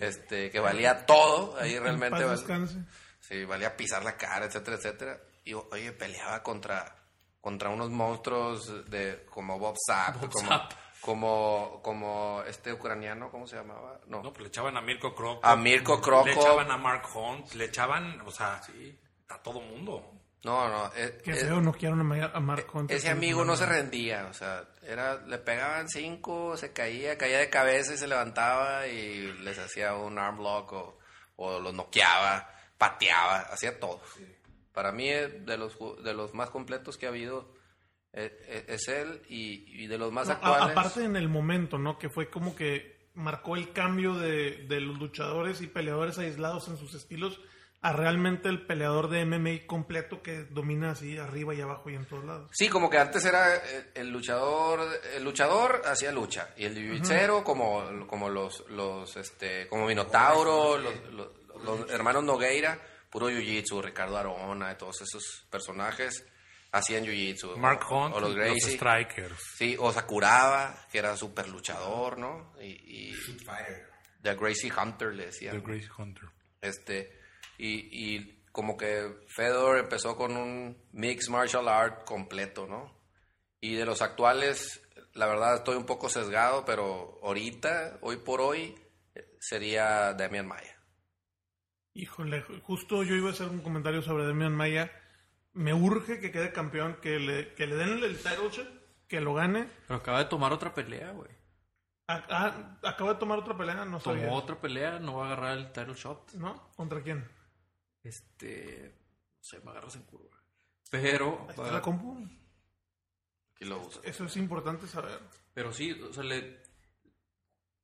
S2: este, que valía todo, ahí realmente...
S3: En paz
S2: val-
S3: descanse.
S2: Sí, valía pisar la cara, etcétera, etcétera. Y oye, peleaba contra, contra unos monstruos de como Bob Sapp,
S4: Bob
S2: como,
S4: Sapp.
S2: como como este ucraniano, ¿cómo se llamaba? No.
S5: No, pues le echaban a Mirko Krokop.
S2: A Mirko Krokop.
S5: Le echaban a Mark Hunt. Le echaban, o sea, a todo mundo.
S2: No, no, eh,
S3: Qué
S2: eh,
S3: feo, no quiero amar a Mark Hunt.
S2: ese amigo no se rendía, o sea, era le pegaban cinco, se caía, caía de cabeza y se levantaba y les hacía un arm lock o, o los noqueaba, pateaba, hacía todo. Para mí eh, de los ju- de los más completos que ha habido eh, eh, es él y, y de los más
S3: No, a-
S2: actuales.
S3: aparte en el momento, ¿no? Que fue como que marcó el cambio de, de los luchadores y peleadores aislados en sus estilos a realmente el peleador de MMA completo que domina así arriba y abajo y en todos lados.
S2: Sí, como que antes era eh, el luchador, el luchador hacía lucha y el jiu-jitsu como como los los este como Minotauro, los, los- los hermanos Nogueira, puro jiu-jitsu, Ricardo Arona, y todos esos personajes hacían jiu-jitsu.
S5: Mark
S2: O-
S5: Hunt,
S2: o los
S5: los,
S2: Gracie.
S5: Strikers.
S2: sí, o Sakuraba, que era súper luchador, ¿no? Y, y
S6: Shoot fire.
S2: The Gracie Hunter le decían.
S5: The Gracie Hunter.
S2: Este, y, y como que Fedor empezó con un mixed martial art completo, ¿no? Y de los actuales, la verdad estoy un poco sesgado, pero ahorita, hoy por hoy, eh, sería Damian Maya.
S3: Híjole, justo yo iba a hacer un comentario sobre Demian Maya. Me urge que quede campeón, que le, que le den el title shot, que lo gane.
S4: Pero acaba de tomar otra pelea, güey.
S3: A- ah, acaba de tomar otra pelea, no sabía.
S4: Tomó otra pelea, no va a agarrar el title shot.
S3: ¿No? ¿Contra quién?
S4: Este. No sé, me agarras en curva. Pero.
S3: Ahí está la compu.
S2: Aquí lo uso.
S3: Eso es importante saber.
S4: Pero sí, o sea, le-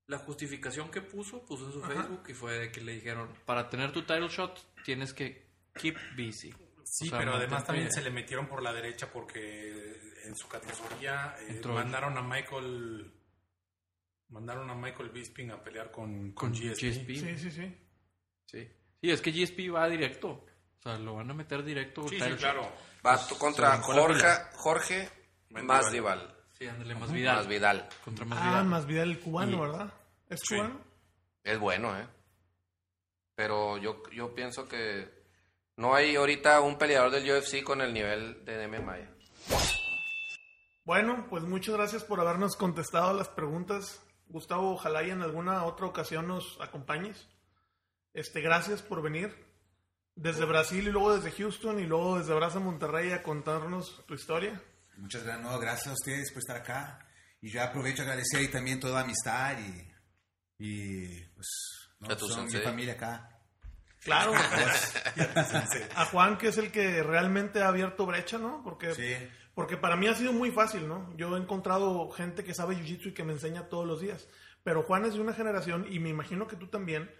S4: la justificación que puso, puso en su Facebook y fue de que le dijeron, para tener tu title shot tienes que keep busy.
S5: Sí,
S4: O sea,
S5: pero además
S4: mantente-
S5: también se le metieron por la derecha porque eh, en su categoría eh,
S4: Entró-
S5: mandaron a Michael mandaron a Michael Bisping a pelear con,
S4: con
S5: con, GSP.
S4: GSP.
S3: Sí,
S4: Sí.
S3: sí, sí.
S4: sí. es que GSP va directo. O sea, lo van a meter directo.
S5: Sí,
S4: title
S5: sí,
S4: shot.
S5: claro.
S2: Va tú contra
S4: brincó la
S2: Jorge,
S4: fila.
S2: Jorge
S5: Masvidal.
S2: Masvidal.
S4: Sí, ándale, más Vidal.
S2: Más Vidal.
S4: Contra más
S3: Ah,
S4: Vidal.
S3: más vida el cubano,
S4: Y-
S3: ¿verdad? ¿Es
S5: Sí.
S3: cubano?
S2: Es bueno, ¿eh? Pero yo, yo pienso que no hay ahorita un peleador del UFC con el nivel de Damian Maya.
S3: Bueno, pues muchas gracias por habernos contestado las preguntas. Gustavo, ojalá y en alguna otra ocasión nos acompañes. Este, gracias por venir desde Brasil y luego desde Houston y luego desde Braza Monterrey a contarnos tu historia.
S6: Muchas gracias, no, gracias a ustedes por estar acá. Y yo aprovecho a agradecer ahí también toda la amistad y, y pues, no,
S2: A tu
S6: son mi
S2: sensei.
S6: familia acá.
S3: Claro, a Juan que es el que realmente ha abierto brecha, ¿no? Porque,
S6: Sí.
S3: porque para mí ha sido muy fácil, ¿no? Yo he encontrado gente que sabe jiu-jitsu y que me enseña todos los días, pero Juan es de una generación, y me imagino que tú también,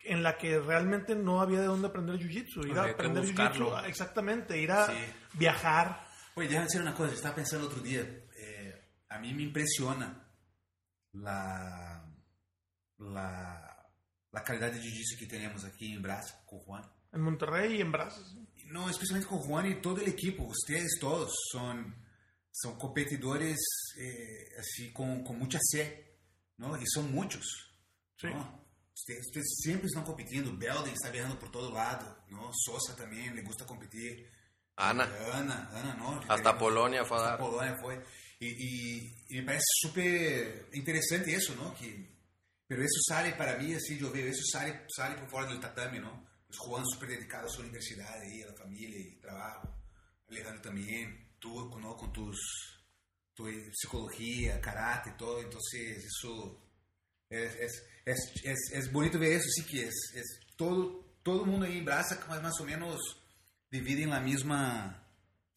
S3: en la que realmente no había de dónde aprender jiu-jitsu, ir a
S4: Había que
S3: aprender jiu-jitsu,
S4: buscarlo.
S3: exactamente, ir a
S6: Sí.
S3: viajar.
S6: Oye, déjame decir una cosa, yo estaba pensando otro día, eh, a mí me impresiona la, la, la calidad de jiu-jitsu que tenemos aquí en Brasil con Juan.
S3: En Monterrey y en Brazos.
S6: No, especialmente con Juan y todo el equipo, ustedes todos son, son competidores eh, así con, con mucha sed, ¿no? Y son muchos,
S3: Sí.
S6: ¿no? Ustedes, ustedes siempre están compitiendo, Belden está viajando por todo lado, ¿no? Sosa también le gusta competir.
S2: Ana,
S6: Ana, Ana, ¿no? Eh,
S2: hasta
S6: Tenemos-
S2: Polonia fue a
S6: Hasta
S2: dar.
S6: Polonia fue. Y, y- y me parece súper interesante eso, ¿no? Que, pero eso sale para assim, mí, así yo veo, eso sale, sale por fuera del tatami, ¿no? Pues Juan súper dedicado a su universidad, ahí, a la familia y trabajo. Alejandro también, tú ¿no? con tus, tu psicología, karate, todo. Então, Entonces, eso es, es, es, es- es é, bonito ver eso, sí que es, es todo, todo el mundo ahí en Brasa, más, más o menos, divide en la misma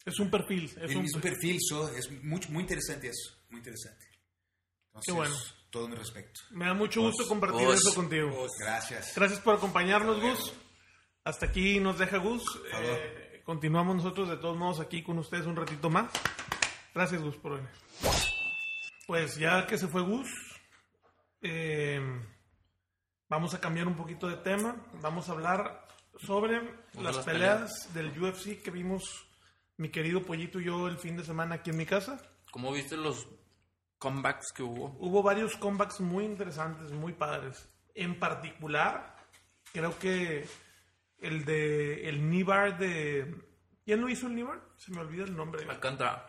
S3: Es un perfil. Es
S6: el
S3: un
S6: mismo perfil, so, es muy, muy interesante eso, muy interesante. Entonces,
S3: Qué bueno.
S6: todo mi respeto.
S3: Me da mucho gusto compartir
S2: Gus,
S3: eso contigo.
S6: Gracias.
S3: Gracias por acompañarnos, Gus. Hasta aquí nos deja Gus.
S6: favor.
S3: Eh, continuamos nosotros de todos modos aquí con ustedes un ratito más. Gracias, Gus, por venir. Pues ya que se fue Gus, eh, vamos a cambiar un poquito de tema. Vamos a hablar sobre las
S4: las
S3: peleas, del UFC que vimos mi querido Pollito y yo el fin de semana aquí en mi casa.
S4: ¿Cómo viste los comebacks que hubo?
S3: Hubo varios comebacks muy interesantes, muy padres. En particular, creo que el de el Nibar de ¿Quién lo hizo el Nibar? Se me olvida el nombre.
S4: Alcántara.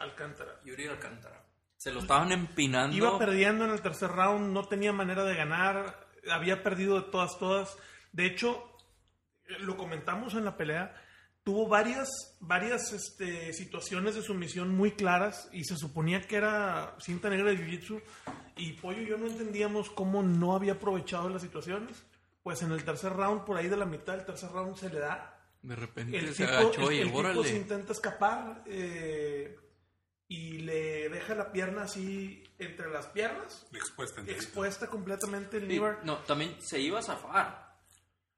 S3: Alcántara.
S4: Yuri Alcántara. Se lo estaban empinando.
S3: Iba perdiendo en el tercer round, no tenía manera de ganar, había perdido de todas todas. De hecho, eh, lo comentamos en la pelea, tuvo varias varias este, situaciones de sumisión muy claras y se suponía que era cinta negra de jiu-jitsu y Pollo y yo no entendíamos cómo no había aprovechado las situaciones. Pues en el tercer round, por ahí de la mitad del tercer round se le da
S4: De repente
S3: el
S4: se
S3: tipo,
S4: agachó
S3: el-
S4: y
S3: el tipo
S4: órale.
S3: se intenta escapar eh, y le deja la pierna así entre las piernas,
S5: Expuesta en
S3: expuesta completamente el
S4: Sí,
S3: liver.
S4: no, también se iba a zafar.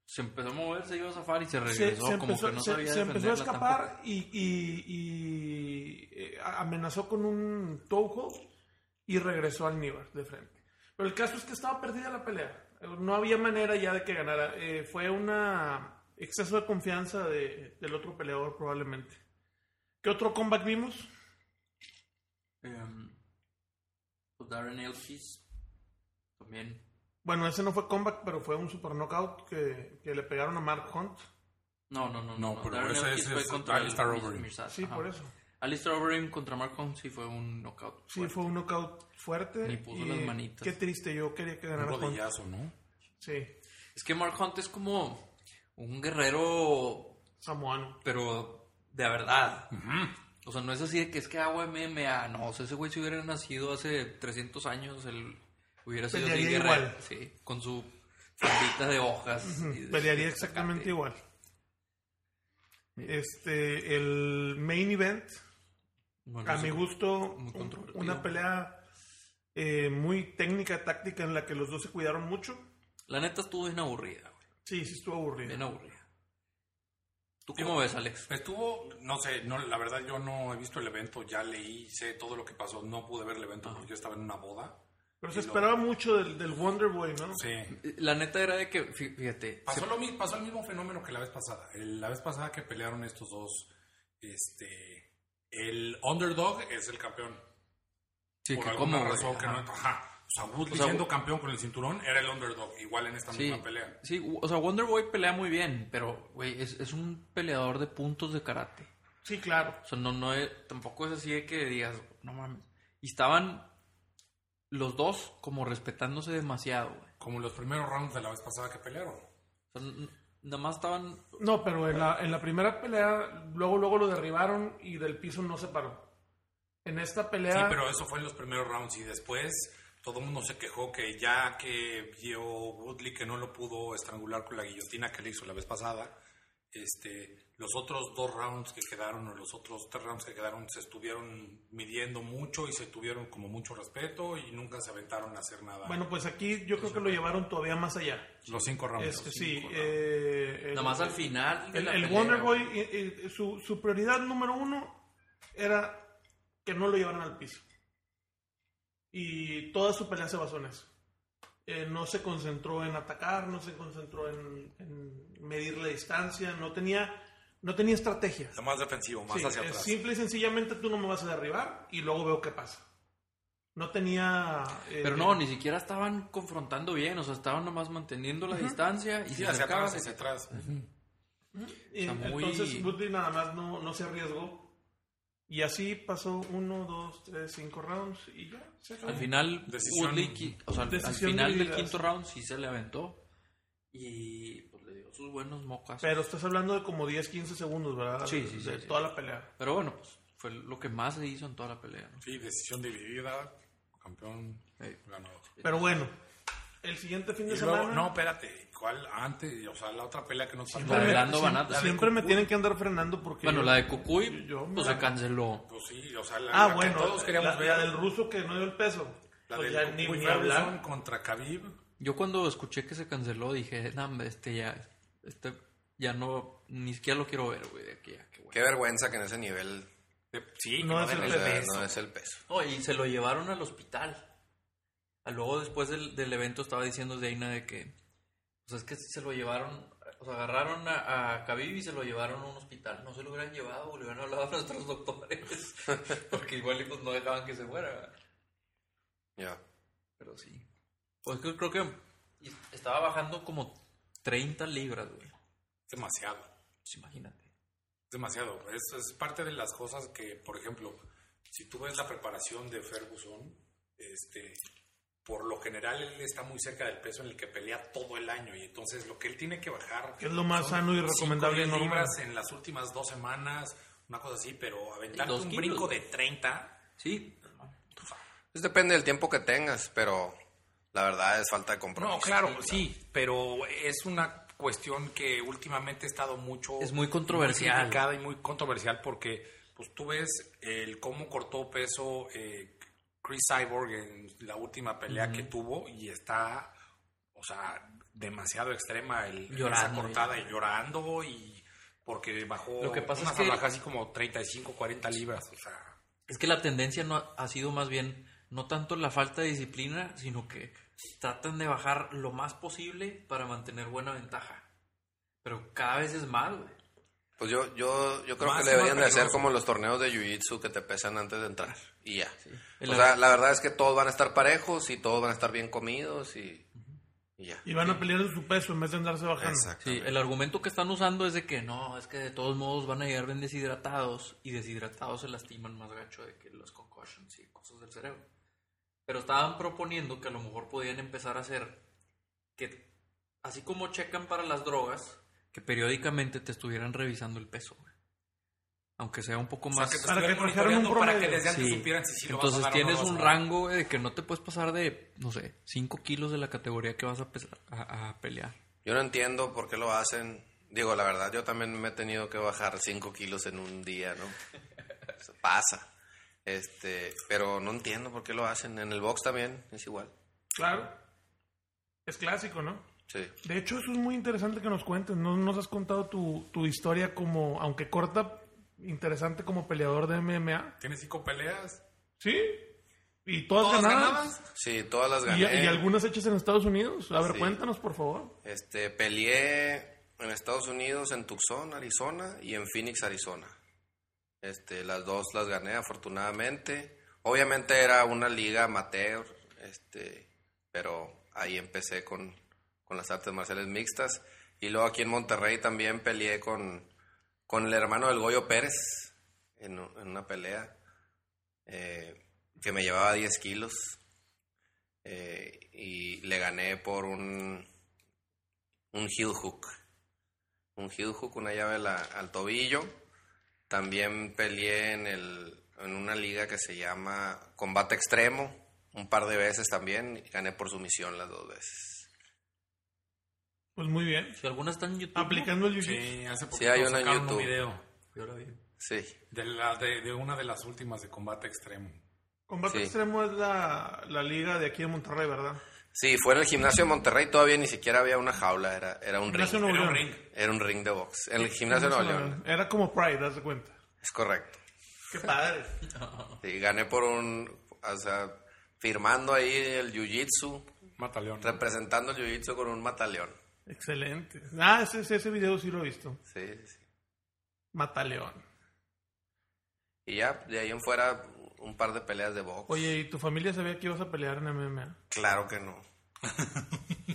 S4: Se empezó a mover, se iba a zafar y se
S3: Se,
S4: regresó
S3: se
S4: como
S3: empezó,
S4: que no
S3: se-
S4: sabía
S3: se empezó a
S4: defenderla
S3: escapar y, y- y, eh, amenazó con un toe hold y regresó al Niver de frente. Pero el caso es que estaba perdida la pelea. No había manera ya de que ganara. Eh, fue un exceso de confianza de- del otro peleador probablemente. ¿Qué otro comeback vimos?
S4: tampoco. Em, pues Darren Elkis también.
S3: Bueno, ese no fue comeback, pero fue un super knockout que, que le pegaron a Mark Hunt.
S4: No, no, no. No,
S5: pero
S4: Darren
S5: ese-
S4: Elkis
S5: ese
S4: fue
S5: es
S4: contra
S5: Alistair
S4: el-
S5: Overeem.
S4: Mirzad,
S3: Sí,
S4: ajá.
S3: por eso.
S4: Alistair Overeem contra Mark Hunt sí fue un knockout.
S3: Sí,
S4: fuerte.
S3: fue un knockout fuerte.
S4: Ni puso
S3: y
S4: las manitas.
S3: Qué triste, yo quería que
S5: Un
S3: ganara Hunt.
S5: rodillazo, ¿no?
S3: Sí,
S4: Es que Mark Hunt es como un guerrero,
S3: samoano.
S4: pero de verdad. O sea, no es así de que ah, es que agua MMA. No, o sea, ese güey si hubiera nacido hace 300 años, él hubiera sido así
S3: Pelearía
S4: guerrero.
S3: igual.
S4: Sí, con su faldita de hojas. y de-
S3: Mm, Pelearía
S4: de
S3: exactamente
S4: zacate.
S3: igual. Este, el main event,
S4: Bueno,
S3: a
S4: eso-
S3: mi gusto,
S4: muy
S3: un-
S4: controvertido.
S3: una pelea eh, muy técnica, táctica, en la que los dos se cuidaron mucho.
S4: La neta estuvo bien aburrida, güey.
S3: Sí, sí estuvo aburrido.
S4: Bien aburrida. ¿Tú cómo ves, Alex?
S5: Estuvo, no sé, no, la verdad yo no he visto el evento, ya leí, sé todo lo que pasó, no pude ver el
S4: Ah.
S5: evento porque yo estaba en una boda.
S3: Pero se
S5: Y lo-
S3: esperaba mucho del, del Wonder Boy, ¿no?
S5: Sí.
S4: Eh, La neta era de que, fí- fíjate,
S3: Ah,
S5: Pasó, lo mismo, pasó el mismo fenómeno que la vez pasada. El- la vez pasada que pelearon estos dos, este, el underdog es el campeón.
S4: sí,
S5: por
S4: que
S5: alguna
S4: cómo,
S5: razón
S4: güey,
S5: que
S4: ajá.
S5: no ajá. O sea, Woodley
S4: O sea,
S5: siendo
S4: Wo-
S5: campeón con el cinturón era el underdog, igual en esta
S4: Sí,
S5: misma pelea.
S4: sí, o sea, Wonderboy pelea muy bien, pero, güey, es, es un peleador de puntos de karate.
S3: Sí, claro.
S4: O sea, no, no es- tampoco es así de que digas, no mames. Y estaban los dos como respetándose demasiado, güey.
S5: Como los primeros rounds de la vez pasada que pelearon.
S4: O sea, n- n- nada más estaban,
S3: No, pero en la, en la primera pelea, luego, luego lo derribaron y del piso no se paró. En esta pelea.
S5: Sí, pero eso fue en los primeros rounds y después todo el mundo se quejó que ya que vio Woodley que no lo pudo estrangular con la guillotina que le hizo la vez pasada, este, los otros dos rounds que quedaron o los otros tres rounds que quedaron se estuvieron midiendo mucho y se tuvieron como mucho respeto y nunca se aventaron a hacer nada.
S3: Bueno, pues aquí yo creo que lo llevaron todavía más allá.
S5: los cinco rounds.
S3: Este,
S5: los
S3: sí.
S5: cinco rounds.
S3: eh, el-
S4: Nomás al final. de
S3: El,
S4: la
S3: el
S4: pelea,
S3: Wonderboy, eh, eh, su, su prioridad número uno era que no lo llevaran al piso. Y toda su pelea se basó en eso. Eh, no se concentró en atacar, no se concentró en, en medir la distancia, no tenía, no tenía estrategia.
S5: Lo más defensivo, más
S3: Sí,
S5: hacia
S3: es
S5: atrás.
S3: Simple y sencillamente tú no me vas a derribar y luego veo qué pasa. No tenía... eh,
S4: Pero no, ni siquiera estaban confrontando bien, o sea, estaban nomás manteniendo la distancia y
S5: Sí,
S4: se
S5: hacia
S4: acercaban.
S5: atrás, hacia atrás.
S3: Eh,
S4: O sea, muy-
S3: Entonces Woodley nada más no, no se arriesgó. Y así pasó uno, dos, tres, cinco rounds y ya. Se acabó.
S4: Al final,
S5: Decisión-
S4: Woodley, qui- o sea, al- al
S3: decisión
S4: final del
S3: dividida,
S4: quinto
S3: sí.
S4: round sí se le aventó y pues, le dio sus buenos mocas.
S3: Pero estás hablando de como 10, 15 segundos, ¿verdad?
S4: Sí, sí, sí,
S3: De
S4: sí.
S3: toda la pelea.
S4: Pero bueno, pues fue lo que más se hizo en toda la pelea. ¿no?
S5: Sí, decisión dividida, campeón,
S4: Ey.
S5: ganador.
S3: Pero bueno, el siguiente fin de
S5: Y
S3: semana...
S5: luego, no, espérate, ¿cuál antes? O sea, la otra pelea que nos faltó.
S4: La de
S3: siempre,
S4: Lando
S3: siempre-
S4: Banata. La de
S3: siempre me
S5: Cucuy.
S3: tienen que andar frenando porque...
S4: Bueno,
S3: yo-
S4: la de Cucuy
S3: yo me
S4: pues,
S3: la-
S4: se canceló.
S5: Pues sí, o sea, la,
S3: Ah,
S5: la
S3: bueno,
S5: que todos queríamos
S3: la,
S5: ver.
S3: la del ruso que no dio el peso.
S5: La
S3: Pues
S5: del
S3: ya ni,
S5: Cucuy
S3: ni
S5: Ferguson
S3: hablar.
S5: contra Khabib.
S4: Yo cuando escuché que se canceló dije, "No, hombre, este ya, este ya no, ni siquiera lo quiero ver, güey, de aquí a qué güey".
S2: Qué vergüenza que en ese nivel
S5: de- Sí,
S3: No
S5: que
S3: es
S5: den
S3: el
S2: o
S5: el
S2: sea,
S3: peso.
S2: no es el peso.
S4: No, y se lo llevaron al hospital. Ah, Luego, después del, del evento, estaba diciendo Deina de que. O sea, es que se lo llevaron. O sea, agarraron a, a Khabib y se lo llevaron a un hospital. No se lo hubieran llevado, le hubieran hablado a nuestros doctores. porque igual y, pues, no dejaban que se fuera.
S2: Ya.
S4: Pero sí. Pues que creo que y estaba bajando como 30 libras, güey.
S5: demasiado.
S4: Pues imagínate.
S5: Demasiado. Es, es parte de las cosas que, por ejemplo, si tú ves la preparación de Ferguson, este, por lo general él está muy cerca del peso en el que pelea todo el año y entonces lo que él tiene que bajar
S3: Que es lo más sano y
S5: cinco,
S3: recomendable y
S5: diez
S3: normal.
S5: libras en las últimas dos semanas, una cosa así, pero aventarte
S4: Dos
S5: un
S4: kilos.
S5: brinco de 30
S4: Sí.
S2: Pues depende del tiempo que tengas, pero la verdad es falta de compromiso.
S5: No, claro, sí, pero es una cuestión que últimamente ha estado mucho...
S4: Es muy controversial.
S5: Muy criticada y muy controversial porque pues tú ves el cómo cortó peso eh, Chris Cyborg en la última pelea que tuvo y está, o sea, demasiado extrema el, esa
S4: Llorando, eh.
S5: cortada y llorando y porque bajó
S4: Lo que pasa
S5: una
S4: es que-
S5: salvajada así como 35, 40 libras, o sea...
S4: Es que la tendencia no ha- ha sido más bien no tanto la falta de disciplina, sino que tratan de bajar lo más posible para mantener buena ventaja. Pero cada vez es más, güey.
S2: Pues yo, yo, yo creo
S5: Más
S2: que
S5: y
S2: deberían
S5: más
S2: de hacer
S5: peligroso.
S2: como los torneos de Jiu-Jitsu que te pesan antes de entrar. Y ya.
S4: El
S2: O sea, la verdad es que todos van a estar parejos y todos van a estar bien comidos y, y ya.
S3: Y van a pelear en su peso en vez de andarse bajando.
S4: Sí, el argumento que están usando es de que no, es que de todos modos van a llegar bien deshidratados y deshidratados se lastiman más gacho de que los concussions y cosas del cerebro. Pero estaban proponiendo que a lo mejor podían empezar a hacer que, así como checan para las drogas, que periódicamente te estuvieran revisando el peso, güey. Aunque sea un poco más...
S5: O sea, que te
S3: Para que
S5: estuvieran
S3: trajeran un
S5: monitoreando para que
S3: promedio.
S5: desde antes
S4: Sí.
S5: supieran si sí lo
S4: Entonces
S5: vas a dar o no
S4: tienes
S5: lo vas a
S4: un
S5: dar.
S4: rango güey, de que no te puedes pasar de, no sé, 5 kilos de la categoría que vas a, pesar- a- a pelear.
S2: Yo no entiendo por qué lo hacen. Digo, la verdad, yo también me he tenido que bajar 5 kilos en un día, ¿no? Eso Pasa. Este, pero no entiendo por qué lo hacen. En el box también es igual.
S3: Claro. Es clásico, ¿no?
S2: Sí.
S3: De hecho, eso es muy interesante que nos cuentes. No nos has contado tu, tu historia como, aunque corta, interesante como peleador de MMA.
S5: Tiene cinco peleas.
S3: Sí. Y todas,
S5: ¿Todas
S3: ganadas.
S5: ganadas?
S2: Sí, todas las
S3: Y,
S2: gané.
S3: y algunas hechas en Estados Unidos. A ver,
S2: Sí.
S3: cuéntanos, por favor.
S2: Este, peleé en Estados Unidos, en Tucson, Arizona, y en Phoenix, Arizona. Este, las dos las gané, afortunadamente. Obviamente era una liga amateur, este, pero ahí empecé con, con las artes marciales mixtas. Y luego aquí en Monterrey también peleé con, con el hermano del Goyo Pérez en, u- en una pelea eh, que me llevaba 10 kilos. eh, y le gané por un un heel hook. Un heel hook, una llave a la- al tobillo. También peleé en el en una liga que se llama Combate Extremo, un par de veces también, y gané por sumisión las dos veces.
S3: Pues muy bien.
S4: Si alguna está en YouTube.
S3: Aplicando el jiu
S5: Sí, hace poco
S2: hay una en
S5: sacaron un
S2: YouTube.
S5: video
S4: Yo la vi.
S2: Sí,
S5: de, la, de, de una de las últimas de combate extremo.
S3: Combate
S2: Sí.
S3: Extremo es la, la liga de aquí de Monterrey, ¿verdad?
S2: sí, fue en el gimnasio de Monterrey, todavía ni siquiera había una jaula, era, era un ring.
S3: Gimnasio Nuevo
S5: Era un
S3: León.
S5: ring.
S2: Era un ring de box. En el gimnasio de Nuevo León,
S3: Era como Pride, haz de cuenta.
S2: es correcto.
S3: Qué padre.
S2: Sí, gané por un, o sea, firmando ahí el jiu-jitsu,
S5: Mataleón.
S2: representando el jiu-jitsu con un mataleón.
S3: Excelente. Ah, ese, ese, ese video sí lo he visto.
S2: Sí, sí.
S3: Mataleón.
S2: Y ya, de ahí en fuera, un par de peleas de box.
S3: Oye, ¿y tu familia sabía que ibas a pelear en MMA?
S2: Claro que no.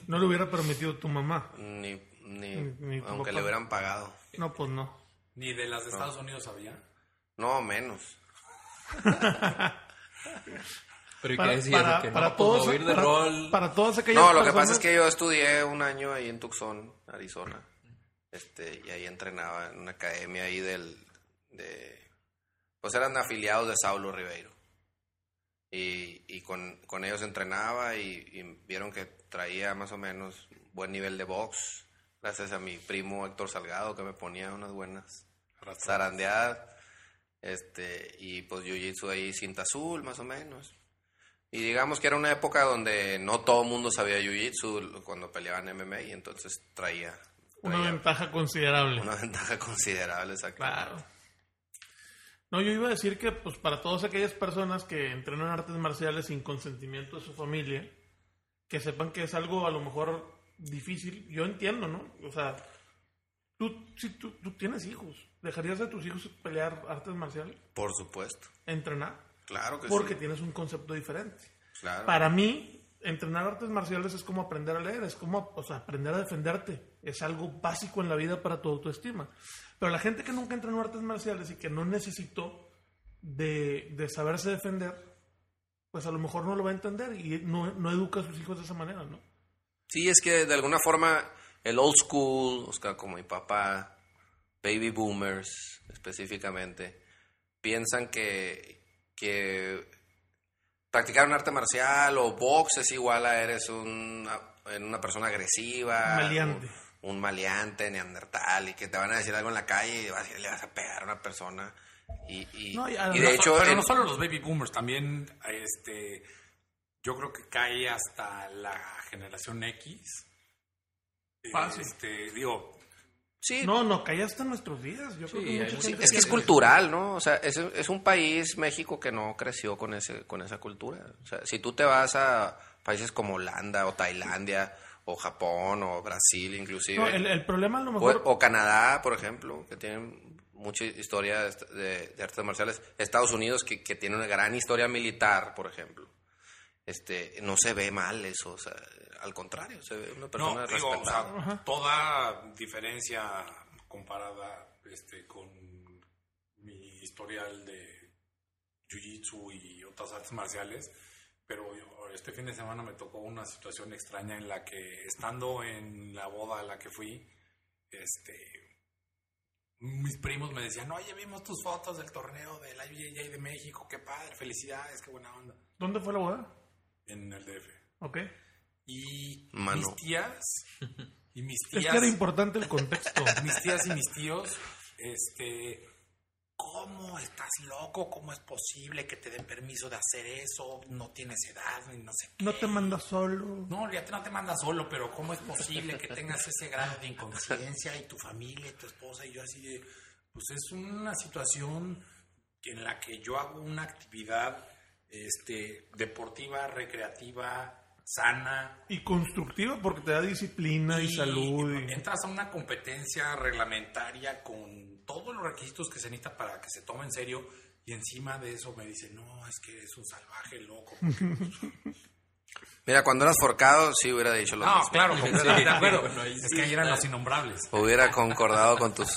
S3: No lo hubiera permitido tu mamá.
S2: Ni, ni,
S3: Ni- ni tu
S2: aunque
S3: papá.
S2: le hubieran pagado.
S3: No, pues no.
S5: Ni de las de Estados Unidos había.
S2: No, menos.
S4: Pero ¿y
S3: Para,
S4: qué decías?
S3: para,
S4: ¿De que
S3: para
S4: no,
S3: todos,
S4: pues, no ir de
S3: para,
S4: rol.
S3: para todas aquellas
S2: No, lo que
S3: personas-
S2: pasa es que yo estudié un año ahí en Tucson, Arizona. Este, y ahí entrenaba en una academia ahí del... De, pues eran afiliados de Saulo Ribeiro. Y, y con, con ellos entrenaba y, y vieron que traía más o menos buen nivel de box. Gracias a mi primo Héctor Salgado que me ponía unas buenas zarandeadas. Este, y pues jiu-jitsu ahí cinta azul, más o menos. Y digamos que era una época donde no todo el mundo sabía jiu-jitsu cuando peleaban MMA y entonces traía,
S3: Una
S2: traía
S3: ventaja considerable.
S2: una ventaja considerable. exactamente.
S3: Claro. No, yo iba a decir que pues para todas aquellas personas que entrenan artes marciales sin consentimiento de su familia, que sepan que es algo a lo mejor difícil, yo entiendo, ¿no? O sea, tú, si tú, tú tienes hijos, ¿dejarías a tus hijos pelear artes marciales?
S2: Por supuesto.
S3: Entrenar,
S2: Claro que
S3: porque
S2: Pues sí.
S3: tienes un concepto diferente.
S2: Claro.
S3: Para mí, entrenar artes marciales es como aprender a leer, es como o sea, aprender a defenderte. Es algo básico en la vida para tu autoestima. Pero la gente que nunca entrenó artes marciales y que no necesitó de, de saberse defender, pues a lo mejor no lo va a entender y no, no educa a sus hijos de esa manera, ¿no?
S2: Sí, es que de alguna forma el old school, o sea, como mi papá, baby boomers específicamente, piensan que, que practicar un arte marcial o box es igual a eres un- en una persona agresiva.
S3: Maleante.
S2: Un, un maleante, neandertal, y que te van a decir algo en la calle y vas y le vas a pegar a una persona. Y, y-
S3: No, y a-
S2: y
S3: no
S2: de hecho...
S5: pero
S2: en-
S5: no solo los baby boomers, también este yo creo que cae hasta la generación X.
S3: Fácil.
S5: Este, digo,
S2: sí,
S3: No, no, cae hasta nuestros días. Yo creo
S4: Sí,
S3: que mucha
S4: hay
S3: gente
S4: mucha-
S2: Es que es cultural, ¿no? O sea, es, es un país, México, que no creció con, ese, con esa cultura. O sea, si tú te vas a países como Holanda o Tailandia o Japón o Brasil inclusive,
S3: No, el, el problema a lo
S2: o,
S3: mejor...
S2: o Canadá, por ejemplo, que tienen mucha historia de, de artes marciales, Estados Unidos, que, que tiene una gran historia militar, por ejemplo, este, no se ve mal eso, o sea, al contrario, se ve una persona
S5: no, digo, o
S2: respetada.
S5: sea, toda diferencia comparada este, con mi historial de jiu-jitsu y otras artes marciales, pero yo- este fin de semana me tocó una situación extraña en la que estando en la boda a la que fui, este mis primos me decían, oye, vimos tus fotos del torneo del IBJJ de México, qué padre, felicidades, qué buena onda,
S3: ¿Dónde fue la boda?
S5: en el DF.
S3: Ok.
S5: Y
S2: Mano.
S5: mis tías, y mis
S3: Es
S5: tías,
S3: que era importante el contexto.
S5: mis tías y mis tíos, este, ¿cómo estás loco? ¿Cómo es posible que te den permiso de hacer eso? No tienes edad, y no sé qué.
S3: No te mandas solo.
S5: No, ya te- no te manda solo, pero ¿cómo es posible que tengas ese grado de inconsciencia y tu familia y tu esposa? Y yo así de, pues es una situación en la que yo hago una actividad este, deportiva, recreativa, sana,
S3: Y constructiva porque te da disciplina y, salud. y-
S5: Entras a una competencia reglamentaria con todos los requisitos que se necesita para que se tome en serio y encima de eso me dicen, no, es que eres un salvaje loco.
S2: Mira, cuando eras forcado, sí hubiera dicho lo mismo.
S5: completamente de acuerdo.
S4: bueno, ahí
S5: es
S4: sí
S5: que ahí eran
S4: está.
S5: los innombrables.
S2: Hubiera concordado con tus,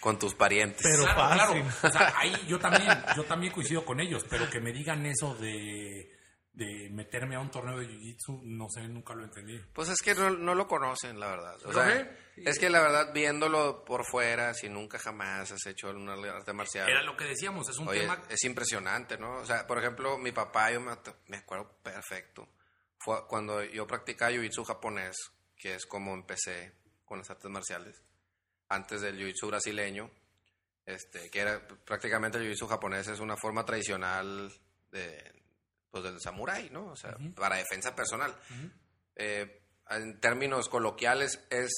S2: con tus parientes.
S3: Pero
S5: claro,
S3: fácil.
S5: claro. O sea, ahí yo también, yo también coincido con ellos, pero que me digan eso de de meterme a un torneo de jiu-jitsu, no sé, nunca lo entendí.
S2: Pues es que no, no lo conocen, la verdad. O sea, es que la verdad, viéndolo por fuera, si nunca jamás has hecho un arte marcial.
S5: Era lo que decíamos, es un
S2: Oye,
S5: tema...
S2: es impresionante, ¿no? O sea, por ejemplo, mi papá, yo me, at- me acuerdo perfecto, fue cuando yo practicaba jiu-jitsu japonés, que es como empecé con las artes marciales, antes del jiu-jitsu brasileño, este, que era prácticamente el jiu-jitsu japonés es una forma tradicional de, pues, del samurái, ¿no? O sea, para defensa personal. Eh, en términos coloquiales, es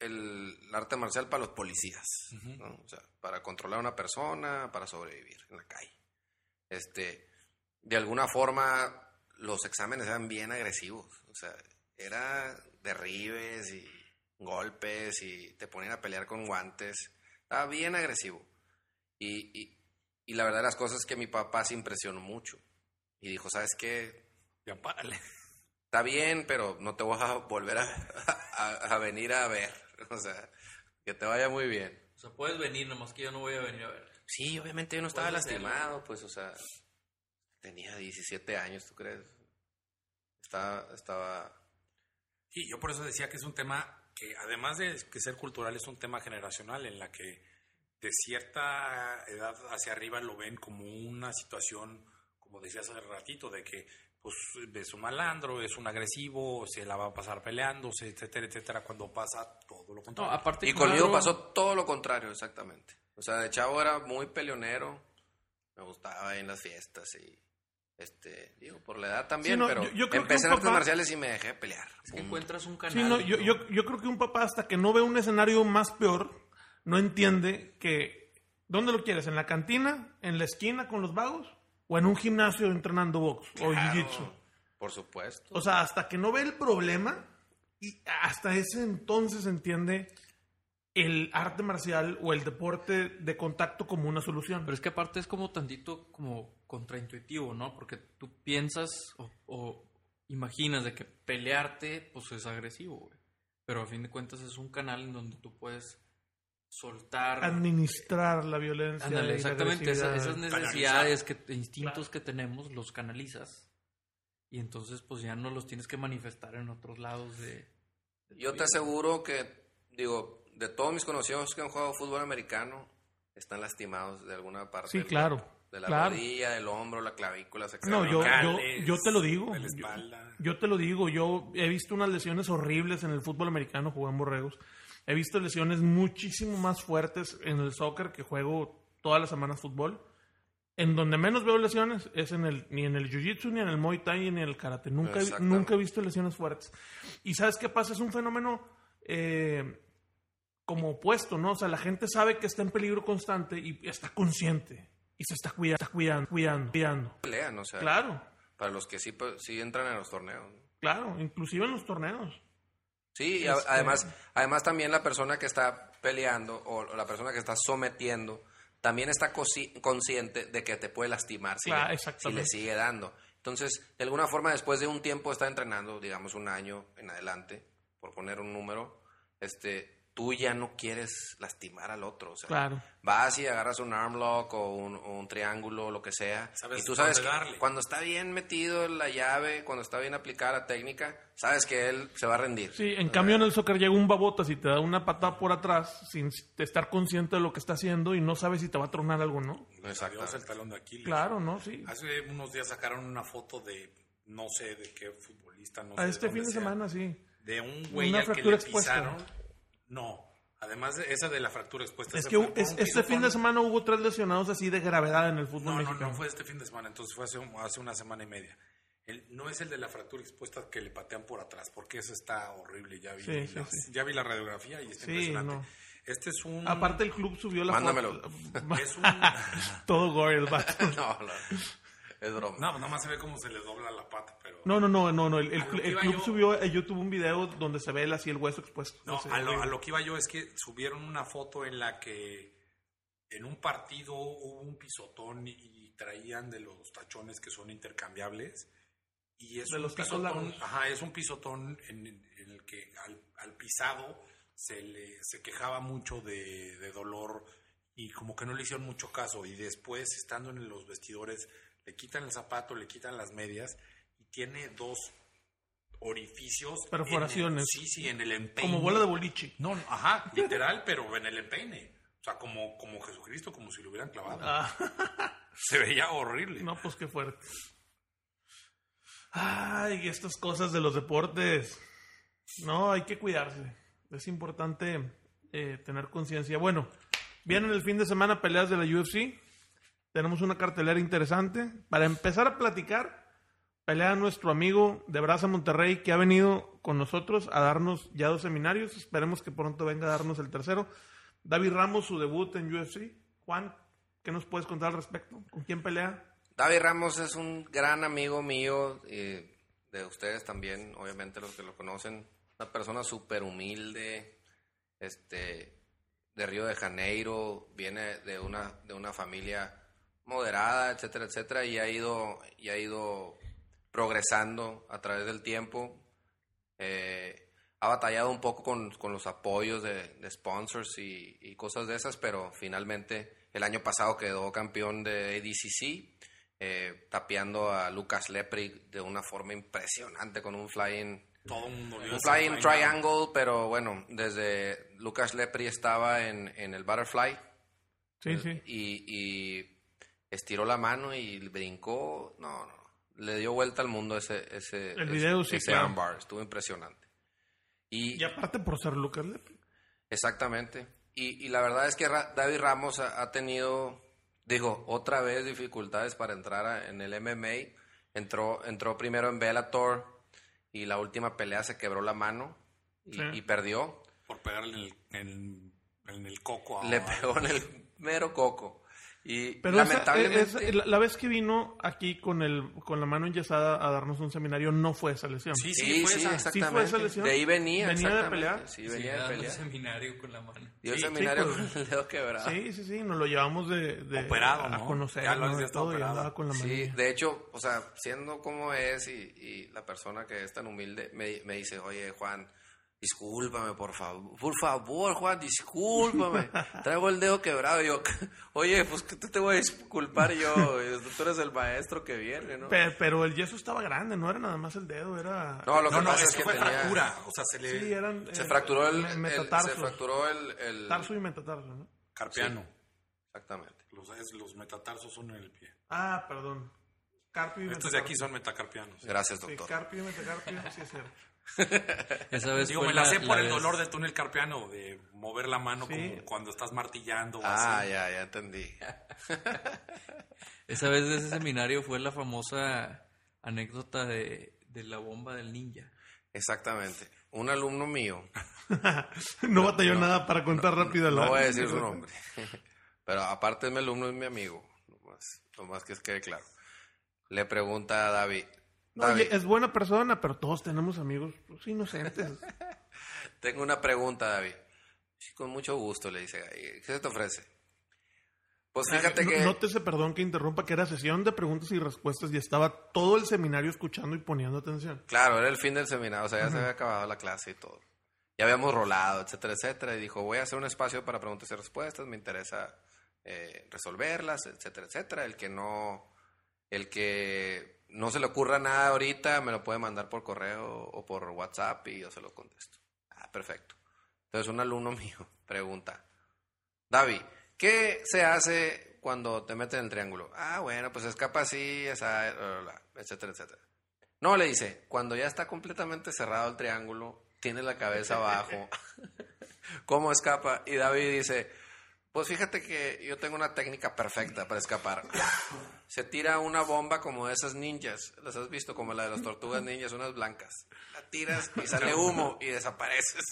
S2: el arte marcial para los policías, ¿no? O sea, para controlar a una persona, para sobrevivir en la calle. Este, de alguna forma, los exámenes eran bien agresivos. O sea, era derribes y golpes y te ponían a pelear con guantes. Estaba bien agresivo. Y, y- y la verdad de las cosas es que mi papá se impresionó mucho. Y dijo, ¿sabes qué?
S5: Ya párale.
S2: está bien, pero no te voy a volver a, a- a venir a ver. O sea, que te vaya muy bien.
S4: O sea, puedes venir, nomás que yo no voy a venir a ver.
S2: Sí, obviamente yo no estaba
S4: Puedes hacerlo.
S2: lastimado, pues, o sea, tenía 17 años, ¿tú crees? Estaba, estaba,
S5: Y yo por eso decía que es un tema que, además de que ser cultural, es un tema generacional en la que de cierta edad hacia arriba lo ven como una situación, como decías hace ratito, de que pues, es un malandro, es un agresivo, se la va a pasar peleándose, etcétera, etcétera, cuando pasa todo lo
S4: No,
S5: contrario.
S4: aparte
S2: Y
S4: que
S2: conmigo
S4: Mauro-
S2: pasó todo lo contrario, exactamente. O sea, de chavo era muy peleonero. Me gustaba en las fiestas y. Este, digo, por la edad también,
S3: Sí, no,
S2: pero
S3: yo- yo creo que
S2: empecé
S3: un
S2: en artes
S3: papá-
S2: marciales y me dejé pelear. Mm,
S4: Es que
S2: Punto.
S4: encuentras un canal.
S3: Sí, no, yo,
S4: ¿no?
S3: yo, yo creo que un papá hasta que no ve un escenario más peor, no entiende que... ¿Dónde lo quieres? ¿En la cantina? ¿En la esquina con los vagos? ¿O en un gimnasio entrenando box o
S2: Claro,
S3: jiu-jitsu?
S2: Por supuesto.
S3: O sea, hasta que no ve el problema y hasta ese entonces entiende el arte marcial o el deporte de contacto como una solución.
S4: Pero es que aparte es como tantito como contraintuitivo, ¿no? Porque tú piensas o, o imaginas de que pelearte pues es agresivo, güey. Pero a fin de cuentas es un canal en donde tú puedes soltar...
S3: Administrar la violencia.
S4: Ándale,
S3: y la
S4: exactamente, esa-
S3: agresividad.
S4: esas necesidades que, e instintos que tenemos los canalizas y entonces pues ya no los tienes que manifestar en otros lados de... de tu
S2: Yo te
S4: vida.
S2: aseguro que, digo, de todos mis conocidos que han jugado fútbol americano, están lastimados de alguna parte.
S3: Sí,
S2: del
S3: claro,
S2: cuerpo. De la
S3: claro.
S2: rodilla, del hombro, la clavícula, se
S3: No, yo, yo,
S5: Cales,
S3: yo te lo digo.
S5: de la
S3: Yo-
S5: espalda.
S3: Yo te lo digo, yo he visto unas lesiones horribles en el fútbol americano, jugué en Borregos. He visto lesiones muchísimo más fuertes en el soccer, que juego todas las semanas fútbol. En donde menos veo lesiones es en el, ni en el jiu-jitsu, ni en el muay thai, ni en el karate. Nunca, he-
S2: Exactamente.
S3: nunca he visto lesiones fuertes. Y ¿sabes qué pasa? Es un fenómeno eh, como opuesto, ¿no? O sea, la gente sabe que está en peligro constante y está consciente. Y se está cuidando, está cuidando, cuidando, cuidando.
S2: pelean, o sea,
S3: Claro,
S2: para los que sí, pues, sí entran en los torneos.
S3: claro, inclusive en los torneos.
S2: Sí, y a-
S3: Este-
S2: además, además también la persona que está peleando o o la persona que está sometiendo también está cosi- consciente de que te puede lastimar si, le,
S3: Claro,
S2: si
S3: exactamente.
S2: le sigue dando. Entonces, de alguna forma, después de un tiempo está entrenando, digamos un año en adelante, por poner un número, este, tú ya no quieres lastimar al otro. O sea,
S3: Claro.
S2: vas y agarras un armlock o un, o un triángulo, lo que sea.
S5: Sabes
S2: y tú sabes
S5: dónde
S2: que
S5: darle.
S2: cuando está bien metido la llave, cuando está bien aplicada la técnica, sabes que él se va a rendir.
S3: Sí, en cambio en
S5: eh,
S3: el soccer llega un babota si te da una patada por atrás sin estar consciente de lo que está haciendo y no sabes si te va a tronar algo, ¿no?
S2: Exactamente.
S5: Adiós, el talón de Aquiles.
S3: Claro, ¿no? Sí.
S5: Hace unos días sacaron una foto de no sé de qué futbolista, no
S3: A
S5: sé
S3: este
S5: dónde
S3: fin de
S5: sea,
S3: semana, sí.
S5: de un güey
S3: Una
S5: al que
S3: fractura
S5: le
S3: expuesta.
S5: pisaron. No, además de esa de la fractura expuesta.
S3: Es
S5: ese
S3: que
S5: Pues
S3: hu-
S5: fue con
S3: es-
S5: un
S3: este fin de
S5: pisotón.
S3: semana hubo tres lesionados así de gravedad en el fútbol
S5: No, no,
S3: mexicano.
S5: no fue este fin de semana, entonces fue hace, un- hace una semana y media. El- no es el de la fractura expuesta que le patean por atrás, porque eso está horrible. Ya vi,
S3: Sí, sí,
S5: la,
S3: sí.
S5: Ya vi la radiografía y está
S3: Sí,
S5: impresionante.
S3: no.
S5: Este es un.
S3: Aparte el club subió la
S2: Mándamelo.
S3: foto.
S5: Es un.
S3: Todo gore el vato.
S2: No, no. Es broma.
S5: no, nada más se ve cómo se le dobla la pata, pero.
S3: No, no, no, no, no. El, el-
S5: A lo que
S3: el
S5: iba
S3: club
S5: yo-
S3: subió a YouTube un video donde se ve el, así el hueso expuesto.
S5: No,
S3: Sí,
S5: a lo, a
S3: horrible.
S5: lo que iba yo es que subieron una foto en la que en un partido hubo un pisotón y traían de los tachones que son intercambiables. Y es
S3: De
S5: un
S3: los tacos
S5: pisotón,
S3: largos.
S5: ajá, es un pisotón en, en el que al, al pisado se le se quejaba mucho de, de dolor y como que no le hicieron mucho caso. Y después, estando en los vestidores, le quitan el zapato, le quitan las medias tiene dos orificios. en el-
S3: Perforaciones.
S5: sí, sí, en el empeine.
S3: Como bola de boliche.
S5: No, no, ajá, literal, pero en el empeine. O sea, como, como Jesucristo, como si lo hubieran clavado.
S3: Ah,
S5: Se veía horrible.
S3: no, pues qué fuerte. Ay, estas cosas de los deportes. No, hay que cuidarse. Es importante eh, tener conciencia. Bueno, vienen el fin de semana peleas de la UFC. Tenemos una cartelera interesante. Para empezar a platicar, pelea nuestro amigo de Braza Monterrey que ha venido con nosotros a darnos ya dos seminarios. Esperemos que pronto venga a darnos el tercero. David Ramos, su debut en UFC. Juan, ¿qué nos puedes contar al respecto? ¿Con quién pelea?
S2: David Ramos es un gran amigo mío, eh, de ustedes también, obviamente los que lo conocen. Una persona súper humilde, este, de Río de Janeiro, viene de una, de una familia moderada, etcétera, etcétera, y ha ido, y ha ido progresando a través del tiempo. Eh, ha batallado un poco con, con los apoyos de, de sponsors y, y cosas de esas, pero finalmente el año pasado quedó campeón de ADCC, eh, tapeando a Lucas Lepre de una forma impresionante con un flying
S5: Todo el mundo vio
S2: un
S5: ese
S2: flying
S5: flying
S2: triangle, pero bueno, desde Lucas Lepre estaba en, en el butterfly
S3: Sí, sí.
S2: y, y estiró la mano y brincó. No, no, le dio vuelta al mundo ese, ese,
S3: El
S2: ese-
S3: video, sí,
S2: ese
S3: claro.
S2: armbar. Estuvo impresionante. Y,
S3: Y aparte por ser Lucas Lepre.
S2: Exactamente. Y, y la verdad es que Ra- David Ramos ha, ha tenido, digo, otra vez dificultades para entrar a- en el MMA. Entró, entró primero en Bellator y la última pelea se quebró la mano y,
S3: Sí.
S2: y perdió.
S5: Por pegarle en el, en, en el coco a
S2: Le pegó en el mero coco. Y
S3: Pero esa-
S2: lamentablemente...
S3: es- es- la, la vez que vino aquí con el con la mano enyesada a darnos un seminario no fue esa lesión.
S5: Sí,
S2: Sí,
S5: fue
S2: sí,
S5: esa.
S3: fue esa
S2: exactamente.
S3: lesión.
S2: de ahí venía.
S3: Venía de
S2: exactamente.
S3: pelear.
S2: Sí,
S4: Sí,
S2: venía de
S4: dando
S2: pelear.
S4: seminario con la mano.
S2: Dio
S3: Sí, sí,
S2: seminario
S3: pues.
S2: con el dedo quebrado.
S3: Sí, sí, sí, nos lo llevamos de, de-
S5: Operado,
S3: a
S5: ¿no?
S3: conocer
S5: Ya lo
S3: ¿no?
S5: habías
S3: de
S5: estado
S3: todo y
S5: operado.
S3: andaba con la mano.
S2: Sí, de hecho, o sea, siendo como es y, y la persona que es tan humilde, me, me dice, oye, Juan, discúlpame, por favor, por favor, Juan, discúlpame, traigo el dedo quebrado. Y yo, oye, pues, ¿qué te, te voy a disculpar yo? Y Tú eres el maestro que viene, ¿no?
S3: Pe- Pero, el yeso estaba grande, no era nada más el dedo, era
S2: No, lo que
S5: No, no,
S2: pasa
S5: es
S2: es
S5: que
S2: que
S5: fue
S2: tenía-
S5: fractura. O sea, se le...
S3: sí, eran
S2: Se
S3: eh,
S2: fracturó el,
S3: me-
S2: el-
S3: metatarsos.
S2: se fracturó el, el-
S3: tarso y metatarso, ¿no?
S5: Carpiano.
S2: exactamente.
S5: Los, es- los metatarsos son en el pie.
S3: Ah, perdón. Carpio y
S5: Estos de aquí son metacarpianos.
S2: Gracias,
S3: metatarso. Sí,
S2: doctor.
S3: carpio y metacarpio, sí es cierto.
S4: Esa vez
S5: Digo,
S4: fue
S5: me la sé por el
S4: vez-
S5: dolor del túnel carpiano, de mover la mano
S3: Sí.
S5: como cuando estás martillando o
S2: Ah,
S5: así.
S2: ya, ya entendí.
S4: Esa vez de ese seminario fue la famosa anécdota de, de la bomba del ninja.
S2: Exactamente. Un alumno mío.
S3: No batalló nada para contar rápido la
S2: No voy a decir su nombre. Pero aparte es mi alumno y mi amigo. Nomás, nomás que quede claro. Le pregunta a David.
S3: No,
S2: David,
S3: oye, es buena persona, pero todos tenemos amigos pues, inocentes.
S2: tengo una pregunta, David. Sí, Con mucho gusto, le dice. "¿Y ¿Qué se te ofrece? Pues fíjate
S3: No-
S2: que...
S3: Nótese, perdón que interrumpa, que era sesión de preguntas y respuestas y estaba todo el seminario escuchando y poniendo atención.
S2: Claro, era el fin del seminario, o sea, ya se había acabado la clase y todo. Ya habíamos rolado, etcétera, etcétera. Y dijo, voy a hacer un espacio para preguntas y respuestas, me interesa eh, resolverlas, etcétera, etcétera. El que no, el que no se le ocurra nada ahorita, me lo puede mandar por correo o por WhatsApp y yo se lo contesto. Ah, perfecto. Entonces un alumno mío pregunta, David, ¿qué se hace cuando te meten en el triángulo? Ah, bueno, pues escapa así, esa, bla, bla, bla, etcétera, etcétera. No, le dice, cuando ya está completamente cerrado el triángulo, tiene la cabeza abajo. ¿Cómo escapa? Y David dice, pues fíjate que yo tengo una técnica perfecta para escapar. Se tira una bomba como de esas ninjas, las has visto como la de las tortugas ninjas, unas blancas. La tiras y sale humo y desapareces.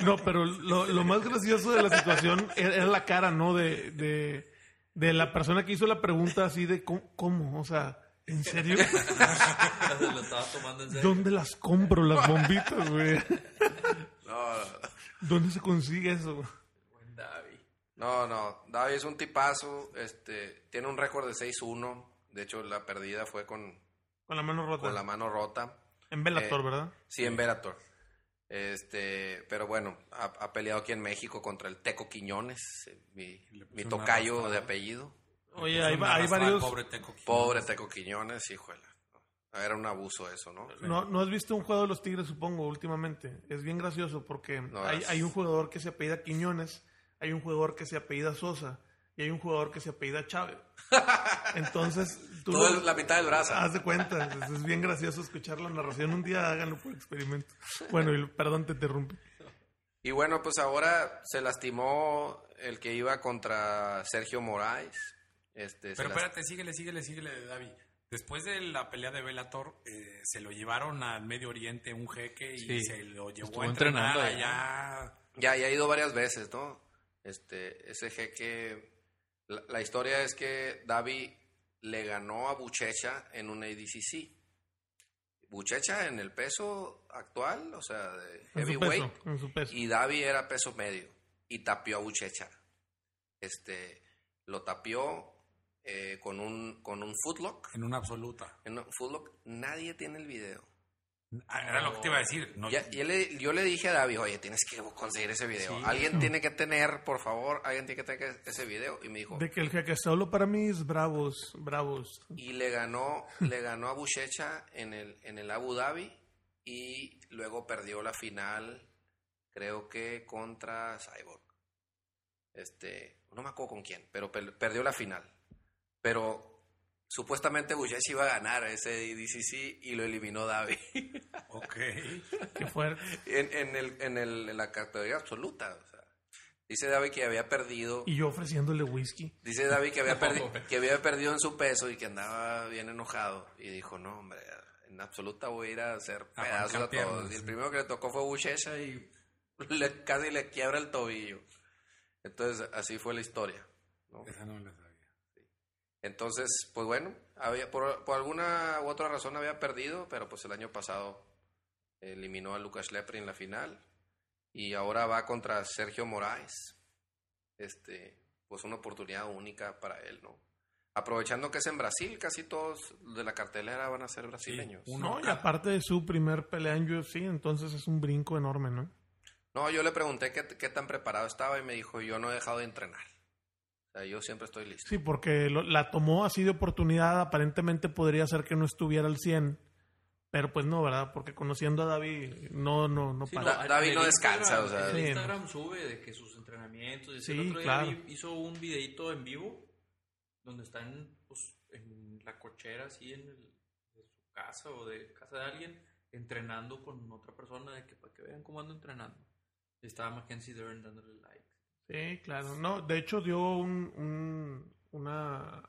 S3: No, pero lo, lo más gracioso de la situación era era la cara, ¿no? De, de, de la persona que hizo la pregunta así de cómo, cómo? o sea, ¿en serio?
S4: Se lo estaba tomando en serio.
S3: ¿Dónde las compro las bombitas, güey?
S2: No,
S3: ¿Dónde se consigue eso?
S4: Buen Davi.
S2: no, no. David es un tipazo, este, tiene un récord de 6-1. De hecho, la perdida fue con,
S3: Con la mano rota.
S2: con la mano rota.
S3: En Velator,
S2: Eh,
S3: ¿verdad?
S2: Sí, en Verator. Este, pero bueno, ha, ha peleado aquí en México contra el Teco Quiñones, eh, mi,
S5: Le puso
S2: mi
S5: una
S2: tocayo
S5: arrastrada.
S2: de apellido.
S3: Oye,
S5: Pues
S3: hay,
S5: una
S3: hay
S5: arrastrada al
S3: varios...
S5: Pobre Teco.
S2: Pobre Teco Quiñones, hijuela. Era un abuso eso, ¿no?
S3: No, no has visto un juego de los Tigres, supongo, últimamente. Es bien gracioso porque
S2: No,
S3: hay,
S2: es-
S3: hay un jugador que se apellida Quiñones, hay un jugador que se apellida Sosa y hay un jugador que se apellida Chávez. Entonces, tú
S2: Todo
S3: lo-
S2: el- la mitad del brazo.
S5: Ah.
S3: haz de cuenta. Entonces, es bien gracioso escuchar la narración. Un día háganlo por experimento. Bueno, y, perdón, te interrumpí.
S2: Y bueno, pues ahora se lastimó el que iba contra Sergio Moraes. Este, se
S5: Pero
S2: las-
S5: espérate, síguele, síguele, síguele, David. Después de la pelea de Velator, se lo llevaron al Medio Oriente un jeque y
S4: Sí.
S5: se lo llevó
S4: Estuvo
S5: a entrenar
S4: entrenando
S5: allá.
S2: Ya, ya ha ido varias veces, ¿no? Este, ese jeque. La, la historia es que Davi le ganó a Buchecha en un ADCC. Buchecha en el peso actual, o sea, de
S3: En su
S2: heavyweight.
S3: peso. En su peso.
S2: Y Davi era peso medio y tapió a Buchecha. Este, lo tapió eh, con un con un footlock.
S5: En una absoluta.
S2: En un footlock nadie tiene el video.
S5: Ah, Era lo que te iba a decir. No,
S2: Ya- y le- yo le dije a David, oye, tienes que conseguir ese video. alguien tiene que tener, por favor, alguien tiene que tener ese video. Y me dijo,
S3: De que el jeque solo para mí es bravos, bravos.
S2: y le ganó, le ganó a Buchecha en el, en el Abu Dhabi y luego perdió la final, creo que contra Cyborg. Este, no me acuerdo con quién, pero per- perdió la final. Pero supuestamente Buchecha iba a ganar ese DCC y lo eliminó Davi.
S5: Ok.
S3: Qué fuerte.
S2: en, en el, en, el- en la categoría absoluta. o sea. dice David que había perdido.
S3: Y yo ofreciéndole whisky.
S2: Dice David que había, perdi- que había perdido en su peso y que andaba bien enojado. Y dijo, no, hombre, en absoluta voy a ir a hacer pedazos a, todos.
S5: arrancar piernas,
S2: Y el
S5: sí.
S2: primero que le tocó fue Buchecha y le- casi le quiebra el tobillo. Entonces, así fue la historia. ¿no?
S5: Esa no la sabía.
S2: Entonces, pues bueno, había, por, por alguna u otra razón había perdido, pero pues el año pasado eliminó a Lucas Lepre en la final y ahora va contra Sergio Moraes. Este, pues una oportunidad única para él, ¿no? Aprovechando que es en Brasil, casi todos de la cartelera van a ser brasileños.
S5: uno.
S3: No, y
S5: Nunca.
S3: aparte de su primer pelea en UFC, entonces es un brinco enorme, ¿no?
S2: No, yo le pregunté qué, qué tan preparado estaba y me dijo, yo no he dejado de entrenar. O sea, yo siempre estoy listo.
S3: Sí, porque lo- la tomó así de oportunidad, aparentemente podría ser que no estuviera al 100, pero pues no, ¿verdad? Porque conociendo a David, no, no, no
S4: Sí,
S3: para.
S2: Da-
S4: en
S2: David
S4: el
S2: no descansa,
S4: Instagram-
S2: o sea.
S4: en
S3: Sí,
S4: el
S3: no.
S4: Instagram sube de que sus entrenamientos. y
S3: Sí,
S4: el otro día
S3: claro.
S4: vi- hizo un videito en vivo donde están pues, en la cochera, así en, el- de su casa o de casa de alguien, entrenando con otra persona de que para que vean cómo ando entrenando. Y estaba Mackenzie Dern dándole like.
S3: Sí, claro. No, de hecho dio un, un- una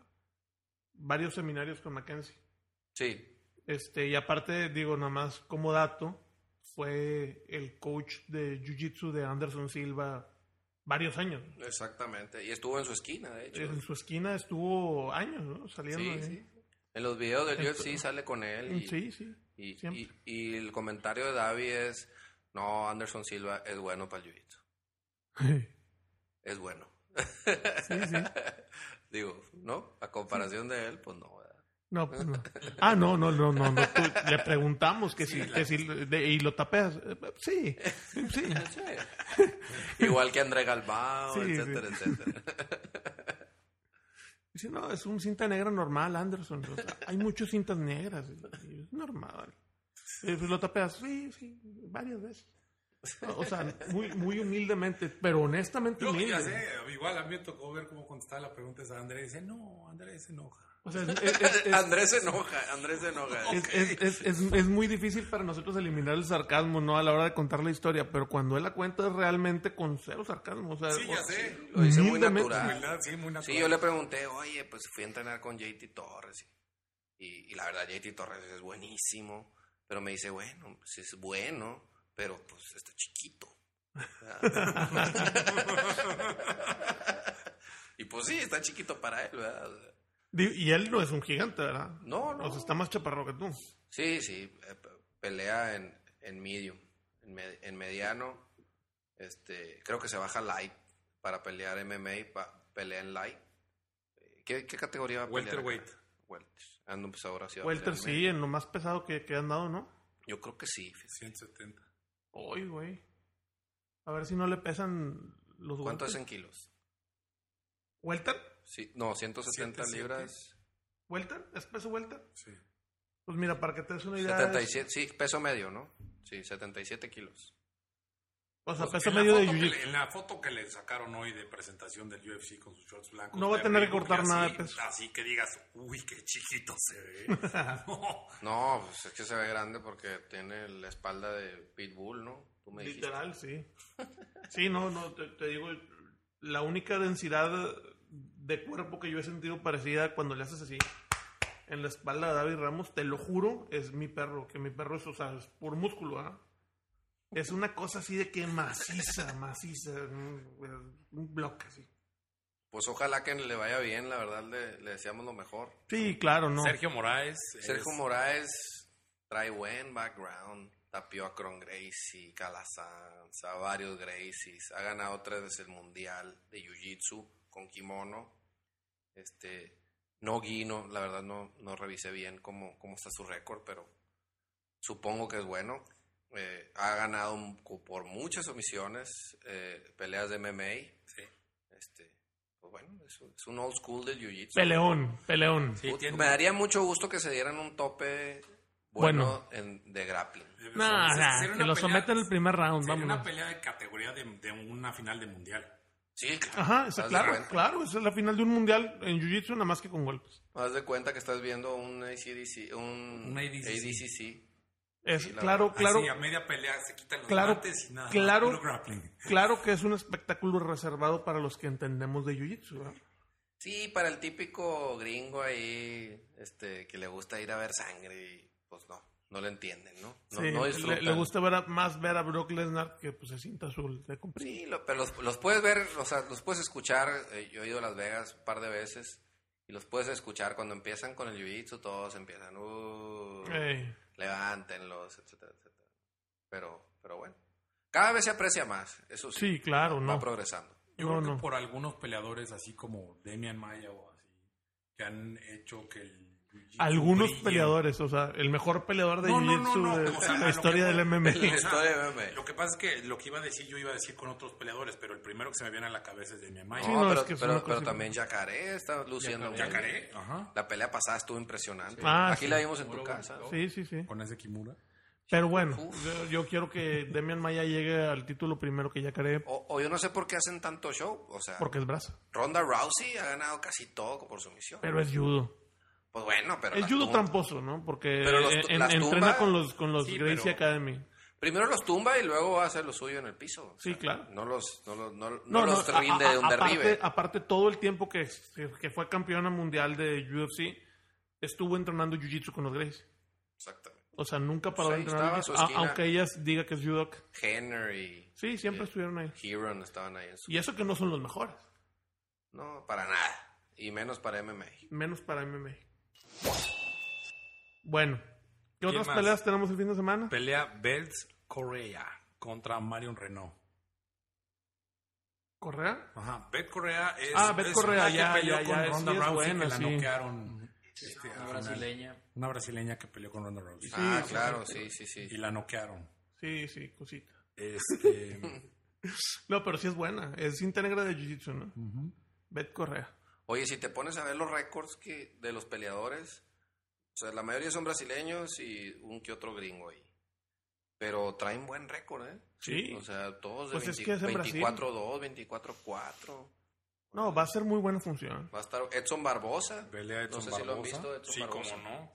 S3: varios seminarios con Mackenzie.
S2: Sí,
S3: Este, y aparte, digo, nada más como dato, fue el coach de Jiu Jitsu de Anderson Silva varios años.
S2: exactamente. Y estuvo en su esquina, de hecho.
S3: En su esquina estuvo años, ¿no? Saliendo.
S2: Sí,
S3: ahí.
S2: sí. En los videos del
S3: Entonces-
S2: UFC sale con él y,
S3: Sí, sí.
S2: y-
S3: siempre.
S2: y- y el comentario de Davi es, no, Anderson Silva es bueno para el jiu-jitsu, es bueno.
S3: Sí, sí.
S2: Digo, ¿no? A comparación de él, pues no. ¿verdad?
S3: No, pues no. Ah, no, no, no, no. no. Tú- le preguntamos que si, que si de- y lo tapeas. Eh, Sí, sí.
S2: Igual que André Galbao,
S3: Sí, sí.
S2: etcétera, etcétera.
S3: Dice, no, es un cinta negra normal, Anderson. O sea, hay muchas cintas negras. Y Es normal. Eh, pues lo tapeas, sí, sí, varias veces. O sea, muy, muy humildemente, pero honestamente
S5: Yo ya
S3: humilde.
S5: sé, igual a mí me tocó ver cómo contestaba la pregunta esa Andrés. Dice, no, Andrés se enoja.
S3: O sea, es, es- es- es-
S2: Andrés se enoja, Andrés se enoja.
S3: Es, es- es- es- es muy difícil para nosotros eliminar el sarcasmo, ¿no? A la hora de contar la historia, pero cuando él la cuenta es realmente con cero sarcasmo. O sea,
S5: Sí, ya
S3: o-
S5: sé.
S2: Lo dice muy
S3: humildemente.
S2: natural.
S5: Humildad, sí, muy
S2: Sí, yo le pregunté, oye, pues fui a entrenar con JT Torres. Y, y- y la verdad, JT Torres es buenísimo. Pero me dice, bueno, pues es bueno, pero pues está chiquito. y pues sí, está chiquito para él, ¿verdad? O sea,
S3: Di- Y él no es un gigante, ¿verdad?
S2: No, no.
S3: O sea, está más chaparro que tú.
S2: Sí, sí, eh, pe- pelea en, en medium, en, me- en mediano. Este, creo que se baja light para pelear MMA, pa- pelea en light. Eh, ¿Qué, qué categoría va a pelear? acá?
S5: Welterweight.
S2: Welter. Ando pues ahora sí. va a
S3: Welter
S2: pelear en
S3: sí, en lo más pesado que, que han dado, ¿no?
S2: medio. Yo creo que sí.
S5: 170.
S3: Uy, güey. A ver si no le pesan los
S2: ¿Cuánto es
S3: welter.
S2: en kilos?
S3: ¿Welter?
S2: Sí, no, 170
S5: Siete, siete.
S2: libras.
S3: ¿Welter? ¿Es peso welter?
S5: Sí.
S3: Pues mira, para que te des una idea. es-
S2: 77, sí, peso medio, ¿no? Sí, 77 kilos.
S3: o sea,
S5: Pues,
S3: pesa
S5: en la
S3: medio de
S5: foto que
S3: jiu
S5: le- En la foto que le sacaron hoy de presentación del UFC con sus shorts blancos.
S3: No va a
S5: de
S3: tener que
S5: abrigo,
S3: cortar
S5: así-
S3: nada de peso.
S5: Así que digas, uy, qué chiquito se ve. No,
S2: No, pues es que se ve grande porque tiene la espalda de Pitbull, ¿no? Tú me dijiste.
S3: Literal, sí. Sí, no, no, te, te digo, la única densidad de cuerpo que yo he sentido parecida cuando le haces así en la espalda a David Ramos, te lo juro, es mi perro, que mi perro es, o sea, es por músculo, ¿ah? Es una cosa así de que maciza, maciza, un un bloque así.
S2: Pues ojalá que le vaya bien, la verdad, le, le deseamos lo mejor.
S3: Sí, claro, no.
S5: Sergio Moraes.
S2: Sergio
S5: es-
S2: Moraes trae buen background. Tapió a Cron Gracie, Calazans, a varios Gracies. Ha ganado tres veces el mundial de Jiu-Jitsu con kimono. Este, no guino, la verdad no, no revisé bien cómo, cómo está su récord, pero supongo que es bueno. Eh, ha ganado un- por muchas omisiones eh, peleas de MMA. Este, pues bueno, es un, es un old school del Jiu-Jitsu.
S3: Peleón, peleón.
S5: Sí,
S2: Ut-
S5: tiene-
S2: Me daría mucho gusto que se dieran un tope bueno, en- de grappling.
S5: debe
S3: No,
S5: ser-
S3: no,
S5: sería
S3: que
S5: una
S3: lo
S5: pelea-
S3: someten en el primer round,
S5: sería una
S3: vamos.
S5: pelea de categoría de, de una final de mundial.
S2: Sí, claro.
S3: Ajá, esa-
S2: Haz de
S3: claro,
S2: cuenta.
S3: claro, esa es la final de un mundial en Jiu-Jitsu, nada más que con golpes.
S2: Haz de cuenta que estás viendo un ACDC, un,
S5: Un ADCC.
S2: ADCC.
S3: Es,
S2: Sí, la
S3: claro, claro.
S5: Así, a media pelea se quitan los
S3: Claro,
S5: guantes y nada.
S3: claro.
S5: puro grappling.
S3: Claro que es un espectáculo reservado para los que entendemos de Jiu-Jitsu. ¿verdad?
S2: Sí, para el típico gringo ahí, este, que le gusta ir a ver sangre, y, pues no, no lo entienden, ¿no? No,
S3: Sí,
S2: no
S3: le,
S2: disfrutan.
S3: le gusta ver a- más ver a Brock Lesnar que pues se cinta azul de completo.
S2: Sí, lo- pero los, los puedes ver, o sea, los puedes escuchar. eh, yo he ido a Las Vegas un par de veces y los puedes escuchar. Cuando empiezan con el jiu-jitsu, todos empiezan, "Uh,
S3: Ey,
S2: levántenlos, etcétera, etcétera. Pero, pero bueno, cada vez se aprecia más, eso sí,
S3: sí, claro,
S2: va
S3: no.
S2: progresando.
S5: Yo
S3: No,
S5: creo que
S3: no.
S5: por algunos peleadores, así como Demian Maya o así, que han hecho que el jiu-jitsu
S3: Algunos
S5: brille.
S3: peleadores, o sea, el mejor peleador de
S5: No, no, no,
S3: Jiu-Jitsu
S5: no,
S3: de
S5: o sea, a
S3: la
S5: lo
S3: historia
S5: que
S3: del
S5: voy-
S3: MMA.
S2: La historia de meme.
S5: Lo que pasa es que lo que iba a decir yo iba a decir con otros peleadores, pero el primero que se me viene a la cabeza es Demian Maya.
S3: Sí,
S2: No,
S3: no,
S2: pero,
S3: es que es
S2: pero-
S3: una cosa
S2: pero
S3: que-
S2: también Yacaré está luciendo muy bien.
S5: Yacaré, ajá.
S2: La pelea pasada estuvo impresionante.
S3: Ah,
S2: Aquí
S3: sí.
S2: la vimos en tu casa.
S3: Sí, sí, sí.
S5: Con ese Kimura.
S3: Pero bueno, yo, yo quiero que Demian Maya llegue al título primero que ya cree,
S2: O, o yo no sé por qué hacen tanto show. O sea,
S3: porque es brazo.
S2: Ronda Rousey ha ganado casi todo por sumisión.
S3: Pero es judo.
S2: Pues bueno, pero.
S3: Es
S2: las
S3: judo
S2: tum-
S3: tramposo, ¿no? Porque
S2: Pero los-
S3: en-
S2: las
S3: entrena
S2: tumba-
S3: con los, con los
S5: Sí,
S3: Gracie
S5: pero-
S3: Academy.
S2: Primero los tumba y luego hace lo suyo en el piso. O
S3: Sí,
S2: sea,
S3: claro.
S2: No los, no los, no, no los
S3: a-
S2: rinde
S3: a-
S2: de un
S3: aparte,
S2: derribe.
S3: Aparte, todo el tiempo que, que fue campeona mundial de UFC, estuvo entrenando jiu-jitsu con los Gracie.
S2: Exactamente.
S3: O sea, nunca
S2: Pues
S3: paró de
S2: ahí
S3: entrenar.
S2: estaba su
S3: jiu-jitsu, a-
S2: esquina.
S3: aunque ellas diga que es judoka.
S2: Henner y
S3: Sí, siempre
S2: Sí.
S3: estuvieron ahí.
S2: Heron estaban ahí en su.
S3: Y eso que no son los mejores.
S2: No, para nada. Y menos para MMA.
S3: Menos para MMA. Bueno. ¿Qué
S5: ¿Quién
S3: otras
S5: más?
S3: peleas tenemos el fin de semana?
S5: Pelea Belts Correa contra Marion Renault.
S3: ¿Correa?
S5: Ajá. Beth Correa es.
S3: Ah, Beth
S5: es
S3: Correa,
S5: una que
S3: ya,
S5: peleó
S3: ya,
S5: con
S3: ya,
S5: Ronda
S3: sí es
S5: Rousey
S3: buena,
S5: que la
S3: sí.
S5: noquearon. este, a
S4: Una
S5: final.
S4: Ah, brasileña.
S5: Una brasileña que peleó con Ronda Rousey.
S2: ah, claro, sí, sí, sí.
S5: Y la noquearon.
S3: Sí, sí, cosita.
S5: Este,
S3: No, pero sí es buena. Es cinta negra de jiu-jitsu, ¿no? Beth Correa.
S2: Oye, si te pones a ver los récords que de los peleadores, o sea, la mayoría son brasileños y un que otro gringo ahí. Pero traen buen récord, ¿eh?
S3: Sí.
S2: O sea, todos de
S3: Pues es
S2: 20
S3: que es en Brasil.
S2: 24-2, 24-4.
S3: No, va a ser muy buena función.
S2: Va a estar Edson Barbosa.
S5: pelea Edson
S2: no sé si lo han
S5: Barbosa.
S2: visto, Edson
S5: sí,
S2: Barbosa.
S5: cómo no.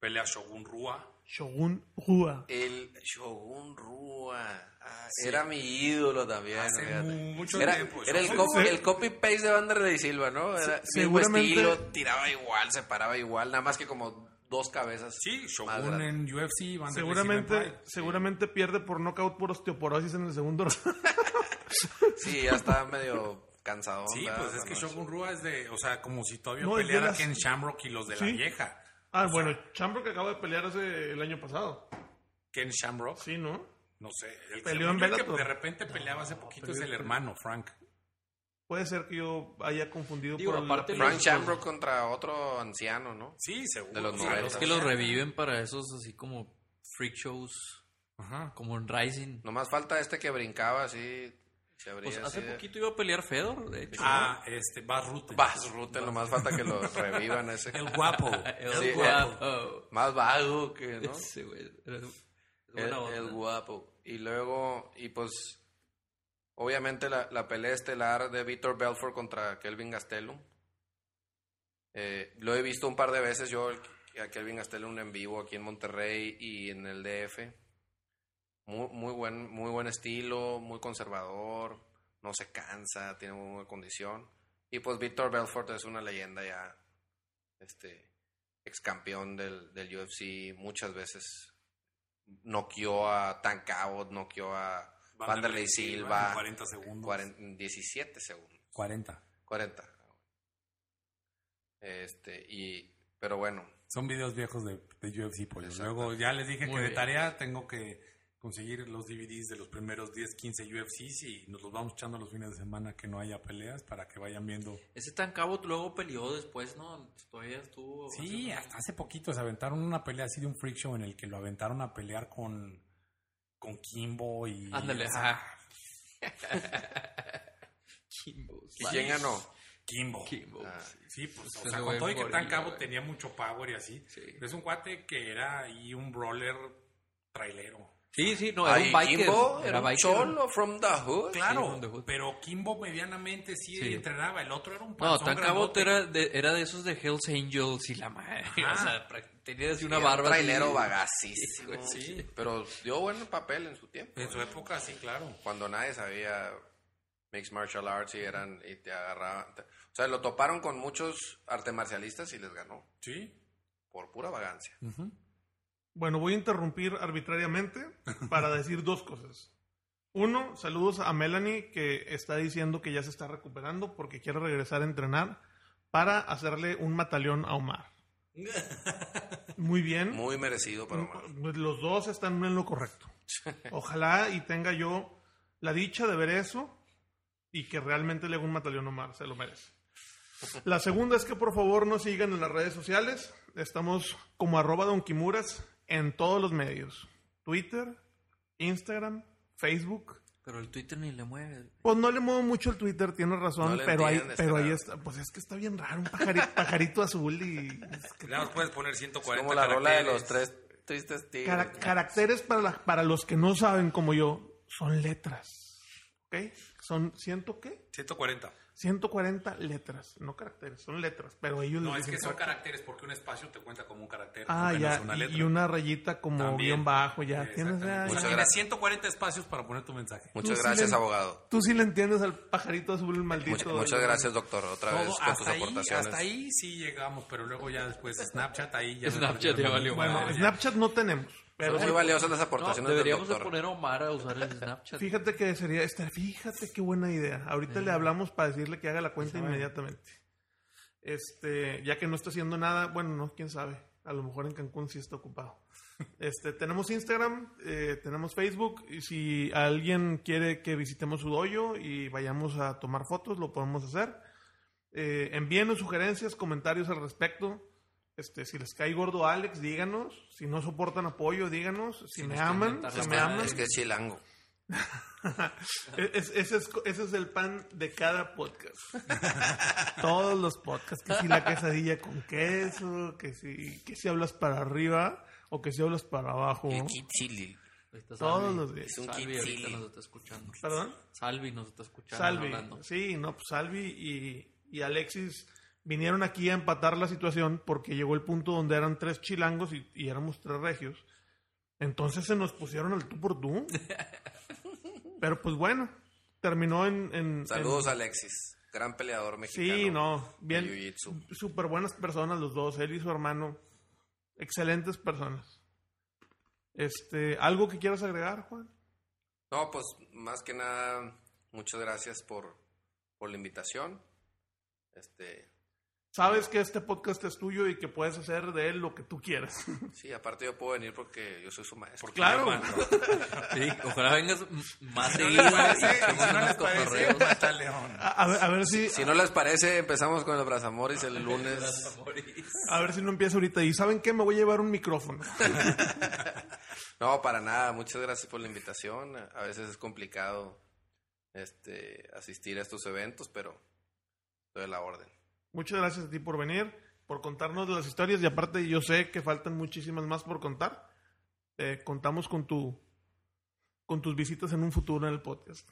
S5: Pelea Shogun Rua.
S3: Shogun Rua.
S2: El Shogun Rua. Ah, Era mi ídolo también.
S5: Hace
S2: fíjate.
S5: mucho
S2: era,
S5: tiempo,
S2: era el,
S5: Shogun
S2: copy,
S3: Rua.
S2: el copy paste de Vanderlei Silva, ¿no? Era
S3: Se-
S2: mismo
S3: seguramente-
S2: estilo, tiraba igual, se paraba igual, nada más que como dos cabezas.
S5: Sí,
S2: más
S5: Shogun
S2: grandes.
S5: en UFC. Vanderlei Silva en
S3: Seguramente,
S5: Pride.
S3: seguramente pierde por knockout por osteoporosis en el segundo round.
S2: Sí, ya estaba medio cansado.
S5: Sí, pues es que Shogun Rua es de. O sea, como si todavía
S3: No, es de
S5: peleara
S3: las-
S5: Ken Shamrock y los de
S3: Sí.
S5: la vieja.
S3: Ah, bueno, Chambro que acaba de pelear hace el año pasado.
S5: Ken Shamrock.
S3: Sí, ¿no?
S5: No sé. El
S3: Peleó en
S5: el que
S3: Bellator.
S5: de repente peleaba hace poquito es el hermano, Frank.
S3: Puede ser que yo haya confundido
S4: Digo,
S3: por la
S4: aparte-
S3: pelea.
S2: Frank Shamrock contra otro anciano, ¿no?
S5: Sí, seguro.
S2: De los
S5: O sea,
S2: noventas.
S4: Es que los reviven para esos así como freak shows,
S5: Ajá.
S4: como en Rising.
S2: Nomás falta este que brincaba así. Se abría
S4: Pues
S2: así
S4: hace
S2: de-
S4: poquito iba a pelear Fedor, de hecho.
S5: Ah, este, Bas Rutten.
S2: Vas Rutten, nomás falta que lo revivan ese.
S5: El guapo.
S4: el
S2: sí,
S4: guapo.
S2: Más vago que, ¿no?
S4: Ese güey. era-
S2: El,
S4: buena onda.
S2: el guapo. Y luego, y pues, obviamente la, la pelea estelar de Víctor Belfort contra Kelvin Gastelum. Eh, lo he visto un par de veces yo el- a Kelvin Gastelum en vivo aquí en Monterrey y en el DF. Muy, muy, buen, muy buen estilo, muy conservador, no se cansa, tiene muy buena condición. Y pues Víctor Belfort es una leyenda ya, este, ex campeón del, del UFC muchas veces noqueó a Tankao, noqueó a Vanderlei Silva.
S5: en 40 segundos.
S2: cuaren- 17 segundos.
S5: 40.
S2: 40. Este, y, pero bueno,
S5: Son videos viejos de, de UFC, pollo. Luego ya les dije
S4: Muy
S5: que de
S4: bien.
S5: tarea tengo que conseguir los DVDs de los primeros 10, 15 UFCs y nos los vamos echando los fines de semana que no haya peleas para que vayan viendo.
S4: Ese Tancabo luego peleó después, ¿no? Todavía estuvo.
S5: Sí,
S4: haciendo-
S5: hasta hace poquito se aventaron una pelea así de un freak show en el que lo aventaron a pelear con, con Kimbo y...
S4: Ándale,
S5: o sea,
S4: ajá. Kimbo.
S2: ¿y ¿quién ganó?
S5: Kimbo.
S4: Kimbo.
S2: Ah,
S4: sí.
S5: Sí, pues, o
S4: Ese
S5: sea, con
S4: güey
S5: todo y que
S4: gorila,
S5: tan cabo
S4: güey.
S5: tenía mucho power y así.
S4: Sí.
S5: pero Es un cuate que era ahí un brawler trailero.
S4: Sí, sí, no, era
S2: Ay,
S4: un biker.
S2: Kimbo,
S4: era
S2: era un
S4: biker.
S2: cholo from the hood.
S5: Claro,
S4: on the hood.
S5: pero Kimbo medianamente sí,
S4: Sí.
S5: entrenaba. El otro era un
S4: No,
S5: panzón
S4: Tancabo
S5: grandote.
S4: era de, era de esos de Hells Angels y la madre.
S5: Ajá.
S4: O sea, pra- tenía así
S2: Sí,
S4: una
S2: era un
S4: barba. así.
S2: trailero vagacísimo.
S4: Sí, güey, sí.
S2: Pero dio buen papel en su tiempo.
S5: En su época, sí, claro.
S2: Cuando nadie sabía mixed martial arts y eran, y te agarraban. te- o sea, lo toparon con muchos artes marcialistas y les ganó.
S5: Sí.
S2: Por pura vagancia.
S3: Bueno, voy a interrumpir arbitrariamente para decir dos cosas. Uno, saludos a Melanie que está diciendo que ya se está recuperando porque quiere regresar a entrenar para hacerle un mataleón a Omar. Muy bien.
S2: Muy merecido para Omar.
S3: Pues Los dos están en lo correcto. Ojalá y tenga yo la dicha de ver eso y que realmente le haga un mataleón a Omar, se lo merece. La segunda es que por favor nos sigan en las redes sociales. Estamos como arroba donkimuras en todos los medios. Twitter, Instagram, Facebook.
S4: Pero el Twitter ni le mueve.
S3: Pues no le muevo mucho el Twitter, tiene razón,
S2: No le
S3: pero, ahí,
S2: entiendes,
S3: pero ahí
S2: claro.
S3: está. Pues es que está bien raro, un pajari- pajarito azul y... es que-
S5: Nada más puedes poner
S2: Es
S5: 140
S2: como la rola de los
S5: caracteres.
S2: tres tristes tigres.
S3: Cara- caracteres para, la- para los que no saben como yo son letras. ¿Ok? Son ciento qué?
S5: 140.
S3: 140 letras, no caracteres, son letras, pero ellos
S5: No,
S3: les
S5: es que
S3: dicen
S5: son
S3: caracteres.
S5: caracteres porque un espacio te cuenta como un carácter.
S3: Ah,
S5: apenas
S3: ya,
S5: una
S3: y-
S5: letra.
S3: y una rayita como
S5: También.
S3: bien bajo, ya. ¿Tienes,
S5: Exactamente.
S3: ya,
S2: Muchas
S3: ya.
S5: Imagina
S2: gracias.
S5: 140 espacios para poner tu mensaje.
S3: Tú
S2: Muchas
S3: sí
S2: gracias,
S3: le-
S2: abogado.
S3: Tú sí le entiendes al pajarito azul
S2: Much-
S3: maldito.
S2: muchas
S3: oye.
S2: gracias, doctor, otra
S5: Todo
S2: vez por tus
S5: hasta, ahí,
S2: aportaciones.
S5: hasta ahí sí llegamos, pero luego ya después Snapchat ahí ya...
S4: Snapchat ya valió
S3: Bueno,
S4: madre.
S3: Snapchat no tenemos,
S2: Son
S3: pero
S2: muy valiosas las
S4: No,
S2: aportaciones del
S4: deberíamos de
S2: doctor.
S4: poner a Omar a usar el Snapchat.
S3: fíjate que sería esta, fíjate qué buena idea. Ahorita le hablamos para decirle que haga la cuenta inmediatamente. Este, ya que no está haciendo nada, bueno, no, quién sabe. A lo mejor en Cancún sí está ocupado. Este, tenemos Instagram, eh, tenemos Facebook. Y si alguien quiere que visitemos su dojo y vayamos a tomar fotos, lo podemos hacer. Eh, envíenos sugerencias, comentarios al respecto. Este, si les cae gordo a Alex, díganos. Si no soportan apoyo, díganos. Si,
S4: Si
S3: me
S4: nos quieren
S3: aman,
S4: mentar
S3: si
S4: la
S3: me
S4: madre.
S3: aman.
S2: Es que es chilango.
S3: E- es- ese, es, co- ese es el pan de cada podcast. Todos los podcasts, que si la quesadilla con queso, que si, que si hablas para arriba o que si hablas para abajo.
S2: El kichili.
S4: Ahí está
S3: Todos
S4: Salvi.
S3: los días.
S2: Es un
S4: Salvi
S2: kit
S4: ahorita
S2: silly.
S4: nos está escuchando.
S3: ¿Perdón?
S4: Salvi nos está escuchando.
S3: Salvi.
S4: hablando.
S3: Sí, no, pues Salvi y, y Alexis vinieron aquí a empatar la situación porque llegó el punto donde eran tres chilangos y, y éramos tres regios. Entonces se nos pusieron al tú por tú. Pero pues bueno, terminó en... en-
S2: Saludos,
S3: en-
S2: Alexis. Gran peleador mexicano.
S3: Em. Sí, no,
S2: de
S3: bien.
S2: jiu-jitsu.
S3: súper buenas personas los dos, él y su hermano. Excelentes personas. Este, ¿algo que quieras agregar, Juan?
S2: No, pues más que nada, muchas gracias por, por la invitación. Este,
S3: Sabes que este podcast es tuyo y que puedes hacer de él lo que tú quieras.
S2: sí, aparte yo puedo venir porque yo soy su maestro.
S3: Claro.
S4: Sí, ojalá vengas m- más
S5: Si
S4: seguido.
S5: no les parece,
S4: y
S5: si no les
S4: unos
S5: parece,
S4: cotorreos.
S5: mata al león.
S3: A, a ver, a ver si
S2: Si no les parece, empezamos con el Brazamoris el lunes.
S4: Las amores.
S3: a ver si no empieza ahorita. ¿Y saben qué? Me voy a llevar un micrófono.
S2: No, para nada. Muchas gracias por la invitación. A veces es complicado este, asistir a estos eventos, pero estoy a la orden.
S3: Muchas gracias a ti por venir, por contarnos las historias y aparte yo sé que faltan muchísimas más por contar. Eh, contamos con tu con tus visitas en un futuro en el podcast.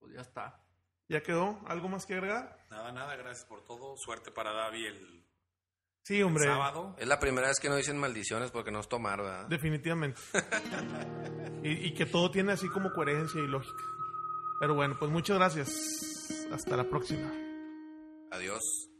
S4: Pues ya está.
S3: ¿Ya quedó? ¿Algo más que agregar?
S5: Nada, nada, gracias por todo. Suerte para Davi el,
S3: Sí, hombre.
S5: sábado.
S2: Es la primera vez que no dicen maldiciones porque no es tomar, ¿verdad?
S3: Definitivamente. y, y que todo tiene así como coherencia y lógica. Pero bueno, pues muchas gracias. Hasta la próxima.
S2: Adiós.